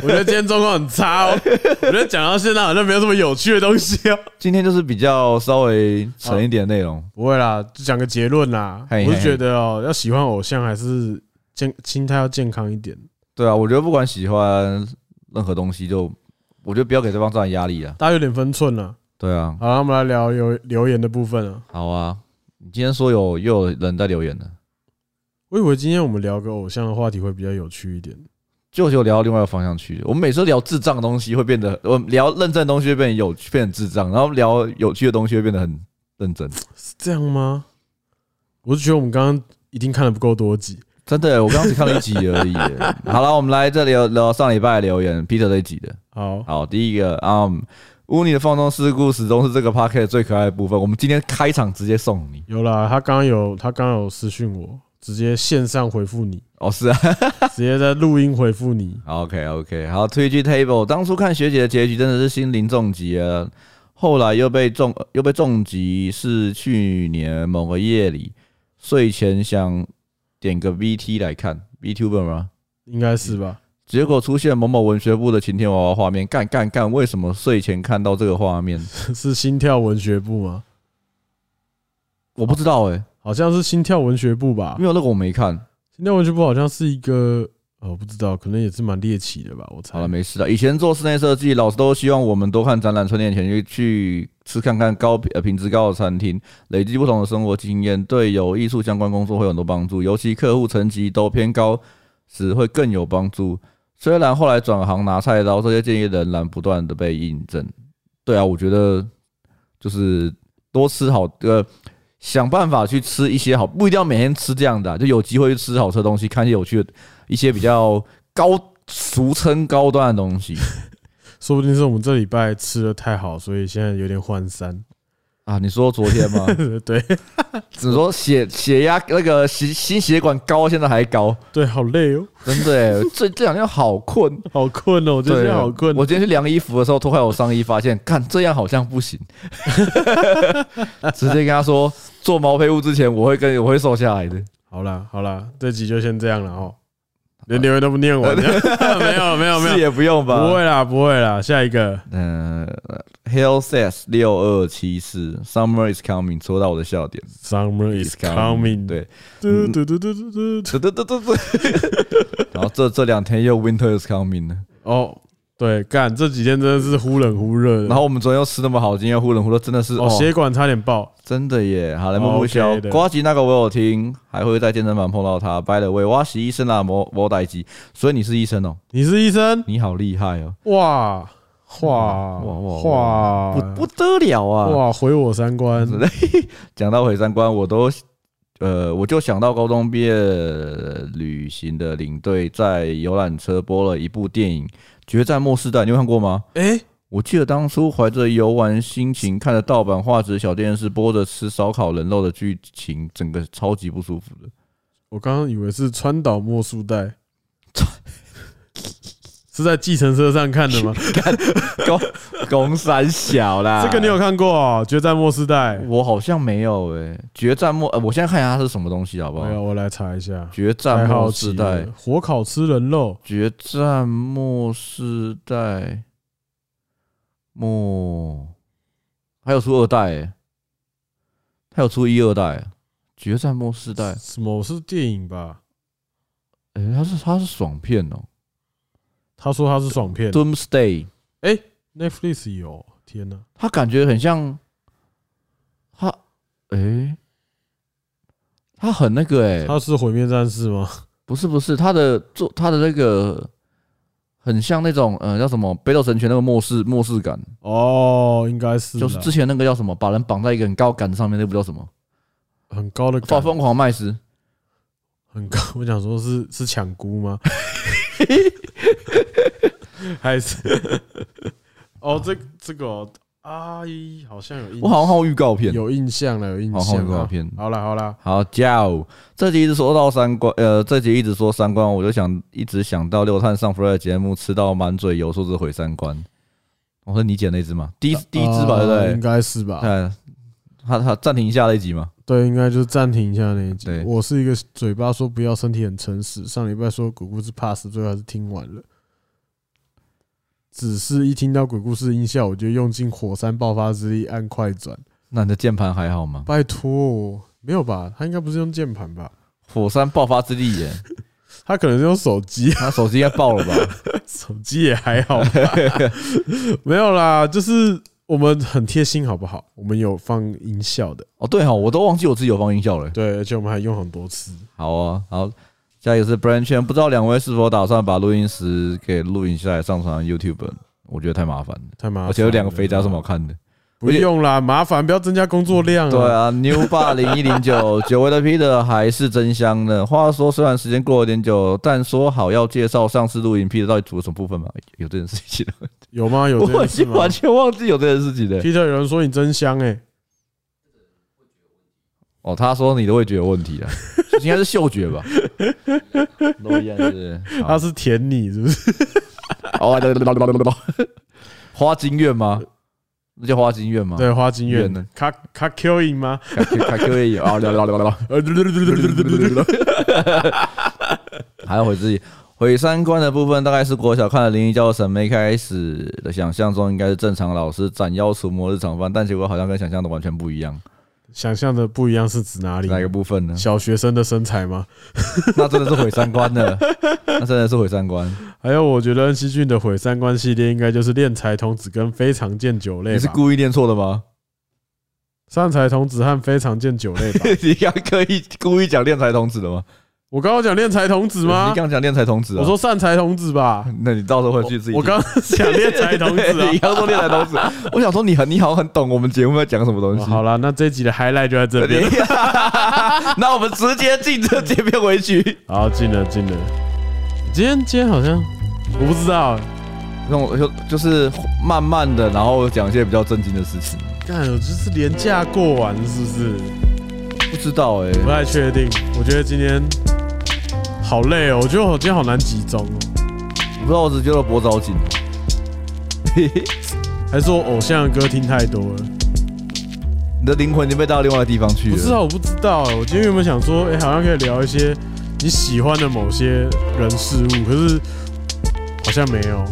[SPEAKER 2] 我觉得今天状况很差哦。我觉得讲到现在好像没有什么有趣的东西哦。
[SPEAKER 1] 今天就是比较稍微沉一点的内容，
[SPEAKER 2] 不会啦，就讲个结论啦。
[SPEAKER 1] 嘿嘿
[SPEAKER 2] 我是觉得哦，要喜欢偶像还是健心态要健康一点。
[SPEAKER 1] 对啊，我觉得不管喜欢任何东西，就我觉得不要给对方造成压力啊。
[SPEAKER 2] 大家有点分寸啦。
[SPEAKER 1] 对啊，
[SPEAKER 2] 好啦，我们来聊留留言的部分啊。
[SPEAKER 1] 好啊，你今天说有又有人在留言了，
[SPEAKER 2] 我以为今天我们聊个偶像的话题会比较有趣一点。
[SPEAKER 1] 就就聊到另外一个方向去。我们每次聊智障的东西会变得，我们聊认真的东西会变得有趣，变得智障，然后聊有趣的东西会变得很认真。
[SPEAKER 2] 是这样吗？我是觉得我们刚刚一定看的不够多集。
[SPEAKER 1] 真的耶，我刚刚只看了一集而已耶。好了，我们来这里聊聊上礼拜的留言，Peter 这一集的。
[SPEAKER 2] 好，
[SPEAKER 1] 好，第一个啊，乌尼的放纵事故始终是这个 p a c k e t 最可爱的部分。我们今天开场直接送你，
[SPEAKER 2] 有啦，他刚刚有他刚刚有私讯我，直接线上回复你，
[SPEAKER 1] 哦，是啊
[SPEAKER 2] 直接在录音回复你。
[SPEAKER 1] ，OK OK，好，TG Table，当初看学姐的结局真的是心灵重击啊，后来又被重又被重击，是去年某个夜里睡前想点个 VT 来看 VTuber 吗？
[SPEAKER 2] 应该是吧？ *laughs*
[SPEAKER 1] 结果出现某某文学部的晴天娃娃画面，干干干！为什么睡前看到这个画面？
[SPEAKER 2] 是心跳文学部吗？
[SPEAKER 1] 我不知道哎、
[SPEAKER 2] 好像是心跳文学部吧
[SPEAKER 1] 没？有那个我没看。
[SPEAKER 2] 心跳文学部好像是一个，呃，我不知道，可能也是蛮猎奇的吧？我猜
[SPEAKER 1] 好了，。没事了。以前做室内设计，老师都希望我们多看展览，春天前去去吃看看高呃品质高的餐厅，累积不同的生活经验，对有艺术相关工作会有很多帮助。尤其客户层级都偏高时，会更有帮助。虽然后来转行拿菜刀，这些建议仍然不断的被印证。对啊，我觉得就是多吃好呃，想办法去吃一些好，不一定要每天吃这样的啊、就有机会去吃好吃的东西，看一些有趣的一些比较高俗称高端的东
[SPEAKER 2] *laughs*
[SPEAKER 1] 西
[SPEAKER 2] 说不定是我们这礼拜吃的太好，所以现在有点涣散。 *laughs*
[SPEAKER 1] 啊。你说昨天吗？
[SPEAKER 2] 对
[SPEAKER 1] 只说血血压那个心心血管高，现在还高，
[SPEAKER 2] 对，好累哦，
[SPEAKER 1] 真的
[SPEAKER 2] *laughs*
[SPEAKER 1] 耶、这这两天好困。
[SPEAKER 2] 好困哦，我最
[SPEAKER 1] 对
[SPEAKER 2] 近
[SPEAKER 1] 啊
[SPEAKER 2] 好困。
[SPEAKER 1] 我今天去量衣服的时候，脱开我上衣，发现看这样好像不行，直接跟他说做毛坯屋之前，我会跟我会瘦下来的。
[SPEAKER 2] 好啦好啦，这集就先这样了哦，连留言都不念完，没
[SPEAKER 1] *laughs*
[SPEAKER 2] 有没有没
[SPEAKER 1] 是
[SPEAKER 2] 有，
[SPEAKER 1] 也不用吧？
[SPEAKER 2] 不会啦不会啦，下一个
[SPEAKER 1] 嗯、h e l l says 六二七四，Summer is coming，戳到我的笑点。
[SPEAKER 2] Summer is coming，
[SPEAKER 1] 对，
[SPEAKER 2] 嘟嘟嘟嘟嘟嘟，
[SPEAKER 1] 对对对对对。 *laughs* 然后这这两天又 Winter is coming 了，
[SPEAKER 2] 哦，对，干这几天真的是忽冷忽热的，
[SPEAKER 1] 然后我们昨天又吃那么好，今天忽冷忽热，真的是
[SPEAKER 2] 哦
[SPEAKER 1] 哦，
[SPEAKER 2] 血管差点爆，
[SPEAKER 1] 真的耶。好来，
[SPEAKER 2] 哦
[SPEAKER 1] 木木
[SPEAKER 2] OK
[SPEAKER 1] 修
[SPEAKER 2] 的
[SPEAKER 1] 瓜吉那个我有听，还会在健身房碰到他。By the way，我要洗医生啦，莫莫代机，所以你是医生哦，
[SPEAKER 2] 你是医生？
[SPEAKER 1] 你好厉害哦，
[SPEAKER 2] 哇哇
[SPEAKER 1] 哇哇
[SPEAKER 2] 哇
[SPEAKER 1] 不不得了啊！
[SPEAKER 2] 哎哇，毁我三观，
[SPEAKER 1] 讲到毁三观，我都。呃，我就想到高中毕业旅行的领队在游览车播了一部电影《决战末世代》，你有看过吗？
[SPEAKER 2] 哎，
[SPEAKER 1] 我记得当初怀着游玩心情，看着盗版画质小电视，播着吃烧烤人肉的剧情，整个超级不舒服的。
[SPEAKER 2] *laughs* 我刚刚以为是川岛莫树代， *laughs* 是在计程车上看的吗？
[SPEAKER 1] 公公三小啦，
[SPEAKER 2] 这个你有看过哦，《决战末世代》？
[SPEAKER 1] 我好像没有诶、决战末、呃，我现在看一下它是什么东西好不好
[SPEAKER 2] 哎？呀，我来查一下。
[SPEAKER 1] 决战
[SPEAKER 2] 太
[SPEAKER 1] 末
[SPEAKER 2] 好
[SPEAKER 1] 世
[SPEAKER 2] 奇
[SPEAKER 1] 代
[SPEAKER 2] 了，，火烤吃人肉，
[SPEAKER 1] 决战末世代，末还有出二代、欸，还有出一二代、决战末世代，
[SPEAKER 2] 什么是电影吧？
[SPEAKER 1] 诶、它是它是爽片哦、
[SPEAKER 2] 他说他是爽片
[SPEAKER 1] Doomsday，
[SPEAKER 2] ，Netflix 有，天哪！
[SPEAKER 1] 他感觉很像，他诶、他很那个诶、
[SPEAKER 2] 他是毁灭战士吗？
[SPEAKER 1] 不是不是，他的做他的那个很像那种呃叫什么《北斗神拳》那个末世末世感，
[SPEAKER 2] 哦，应该是啦，
[SPEAKER 1] 就是之前那个叫什么，把人绑在一个很高杆子上面，那部叫什么？
[SPEAKER 2] 很高的
[SPEAKER 1] 发
[SPEAKER 2] 感，
[SPEAKER 1] 疯狂麦斯，
[SPEAKER 2] 很高。 *laughs* 我想说是是抢
[SPEAKER 1] *laughs*
[SPEAKER 2] 姑吗？还是 *laughs* 哦，这这个哦阿姨好像有印
[SPEAKER 1] 我好像看过预告片。
[SPEAKER 2] 有印象了，有印
[SPEAKER 1] 好
[SPEAKER 2] 象啊
[SPEAKER 1] 好好
[SPEAKER 2] 了
[SPEAKER 1] 片。
[SPEAKER 2] 好了好了，
[SPEAKER 1] 好，加油！这集一直说到三观，呃，这集一直说三观，我就想一直想到六探上 f r 的节目，吃到满嘴油，说是毁三观。我说你剪那只吗？第一第一只吧，对不
[SPEAKER 2] 呃
[SPEAKER 1] 对
[SPEAKER 2] 应？该是吧？
[SPEAKER 1] 看他他暂停一下那一集嘛。
[SPEAKER 2] 对，应该就暂停一下那一集
[SPEAKER 1] 对。
[SPEAKER 2] 我是一个嘴巴说不要，身体很诚实。上礼拜说鬼故事 pass，最后还是听完了。只是一听到鬼故事音效，我就用尽火山爆发之力按快转。
[SPEAKER 1] 那你的键盘还好吗？
[SPEAKER 2] 拜托，没有吧？他应该不是用键盘吧？
[SPEAKER 1] 火山爆发之力耶， *laughs*
[SPEAKER 2] 他可能是用手机， *laughs*
[SPEAKER 1] 他手机应该爆了吧？ *laughs*
[SPEAKER 2] 手机也还好吧？没有啦，就是我们很贴心，好不好？我们有放音效的，
[SPEAKER 1] 哦，对哈、我都忘记我自己有放音效了。
[SPEAKER 2] 对，而且我们还用很多次。
[SPEAKER 1] 好啊，好，下一个是 Brand 圈，不知道两位是否打算把录音时给录影下来上传 YouTube？我觉得太麻烦了，
[SPEAKER 2] 太麻烦了，
[SPEAKER 1] 而且有两个肥宅有什么好看的？
[SPEAKER 2] 不用啦，麻烦，不要增加工作量
[SPEAKER 1] 对
[SPEAKER 2] 啊。
[SPEAKER 1] 啊，New Bar 零一零九，久违的 Peter 还是真香呢。话说，虽然时间过了有点久，但说好要介绍上次录影 Peter 到底组了什么部分嘛？有这件事情，
[SPEAKER 2] 有吗？有这
[SPEAKER 1] 我已
[SPEAKER 2] 件事
[SPEAKER 1] 经
[SPEAKER 2] 吗
[SPEAKER 1] 完全忘记有这件事情
[SPEAKER 2] *laughs*
[SPEAKER 1] 了。
[SPEAKER 2] ？Peter 有人说你真香哎、
[SPEAKER 1] 哦，他说你的味觉有问题啊，应该是嗅觉吧，都一样是不是。
[SPEAKER 2] 他是舔你是不是？
[SPEAKER 1] 哦，花金院吗？那叫花金院吗？
[SPEAKER 2] 对，花金
[SPEAKER 1] 啊
[SPEAKER 2] 院
[SPEAKER 1] 远的
[SPEAKER 2] 卡卡 killing 吗？
[SPEAKER 1] 对，卡 Q 也有啊，聊聊聊聊聊。
[SPEAKER 2] 呃，
[SPEAKER 1] *laughs* 还要毁自己。毁三观的部分大概是国小看了《灵异教授》审美开始的想象中应该是正常老师斩妖除魔日常饭，但结果好像跟想象的完全不一样。
[SPEAKER 2] 想象的不一样是指哪里？？
[SPEAKER 1] 哪个部分呢
[SPEAKER 2] 小学生的身材吗？
[SPEAKER 1] 那真的是毁三观 *laughs* 的，那真的是毁三观。
[SPEAKER 2] 还有，我觉得恩熙俊的毁三观系列应该就是练财童子跟非常见酒类
[SPEAKER 1] 你是
[SPEAKER 2] 吧，
[SPEAKER 1] 故意念错的吗？
[SPEAKER 2] 善财童子和非常见酒类
[SPEAKER 1] *laughs*
[SPEAKER 2] 吧。
[SPEAKER 1] *laughs* 你刚刚刻意故意讲练财童子的吗？
[SPEAKER 2] 我刚刚讲练财童子吗
[SPEAKER 1] 你？刚讲练财童子、啊，
[SPEAKER 2] 我说，善财童子吧。
[SPEAKER 1] 那你到时候回去自己听。
[SPEAKER 2] 我刚刚讲练财童子啊
[SPEAKER 1] *laughs* 你。刚说练财童子，我想说你很你好像很懂我们节目在讲什么东西。
[SPEAKER 2] 哦好了，那这一集的 highlight 就在这边。
[SPEAKER 1] *laughs* 那我们直接进这界面回去。
[SPEAKER 2] 好，进了进了。今天今天好像我不知道，
[SPEAKER 1] 那种就就是慢慢的，然后讲一些比较震惊的事情。
[SPEAKER 2] 干我就是廉价过完是不是？
[SPEAKER 1] 不知道哎、
[SPEAKER 2] 不太确定。我觉得今天好累哦，我觉得我今天好难集中哦。
[SPEAKER 1] 不知道，我只觉得脖子好紧。哦 *laughs*
[SPEAKER 2] 还是我偶像的歌听太多了？
[SPEAKER 1] 你的灵魂已经被带到另外的地方去了。
[SPEAKER 2] 不是啊，我不知道哎。我今天原本想说，哎，好像可以聊一些你喜欢的某些人事物，可是好像没有。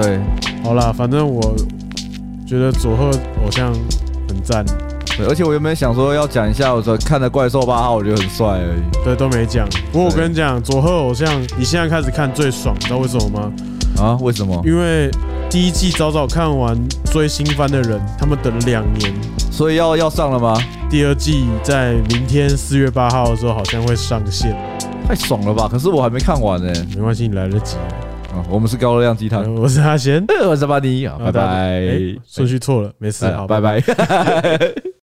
[SPEAKER 1] 对
[SPEAKER 2] 好啦，反正我觉得佐贺偶像很赞，
[SPEAKER 1] 对，而且我原本想说要讲一下我这看的怪兽八号，我觉得很帅而已
[SPEAKER 2] 对，都没讲。不过我跟你讲，佐贺偶像你现在开始看最爽，你知道为什么吗？
[SPEAKER 1] 啊？为什么？
[SPEAKER 2] 因为第一季早早看完追新番的人，他们等了两年。
[SPEAKER 1] 所以要要上了吗？
[SPEAKER 2] 第二季在明天四月八号的时候好像会上线，
[SPEAKER 1] 太爽了吧！可是我还没看完呢、
[SPEAKER 2] 没关系，你来得及。
[SPEAKER 1] 啊，我们是高热量鸡汤。
[SPEAKER 2] 我是阿贤，
[SPEAKER 1] 呃我是巴尼，好拜
[SPEAKER 2] 那大家
[SPEAKER 1] 拜
[SPEAKER 2] 哎，顺序错了，没事，
[SPEAKER 1] 哎
[SPEAKER 2] 好，
[SPEAKER 1] 拜。拜。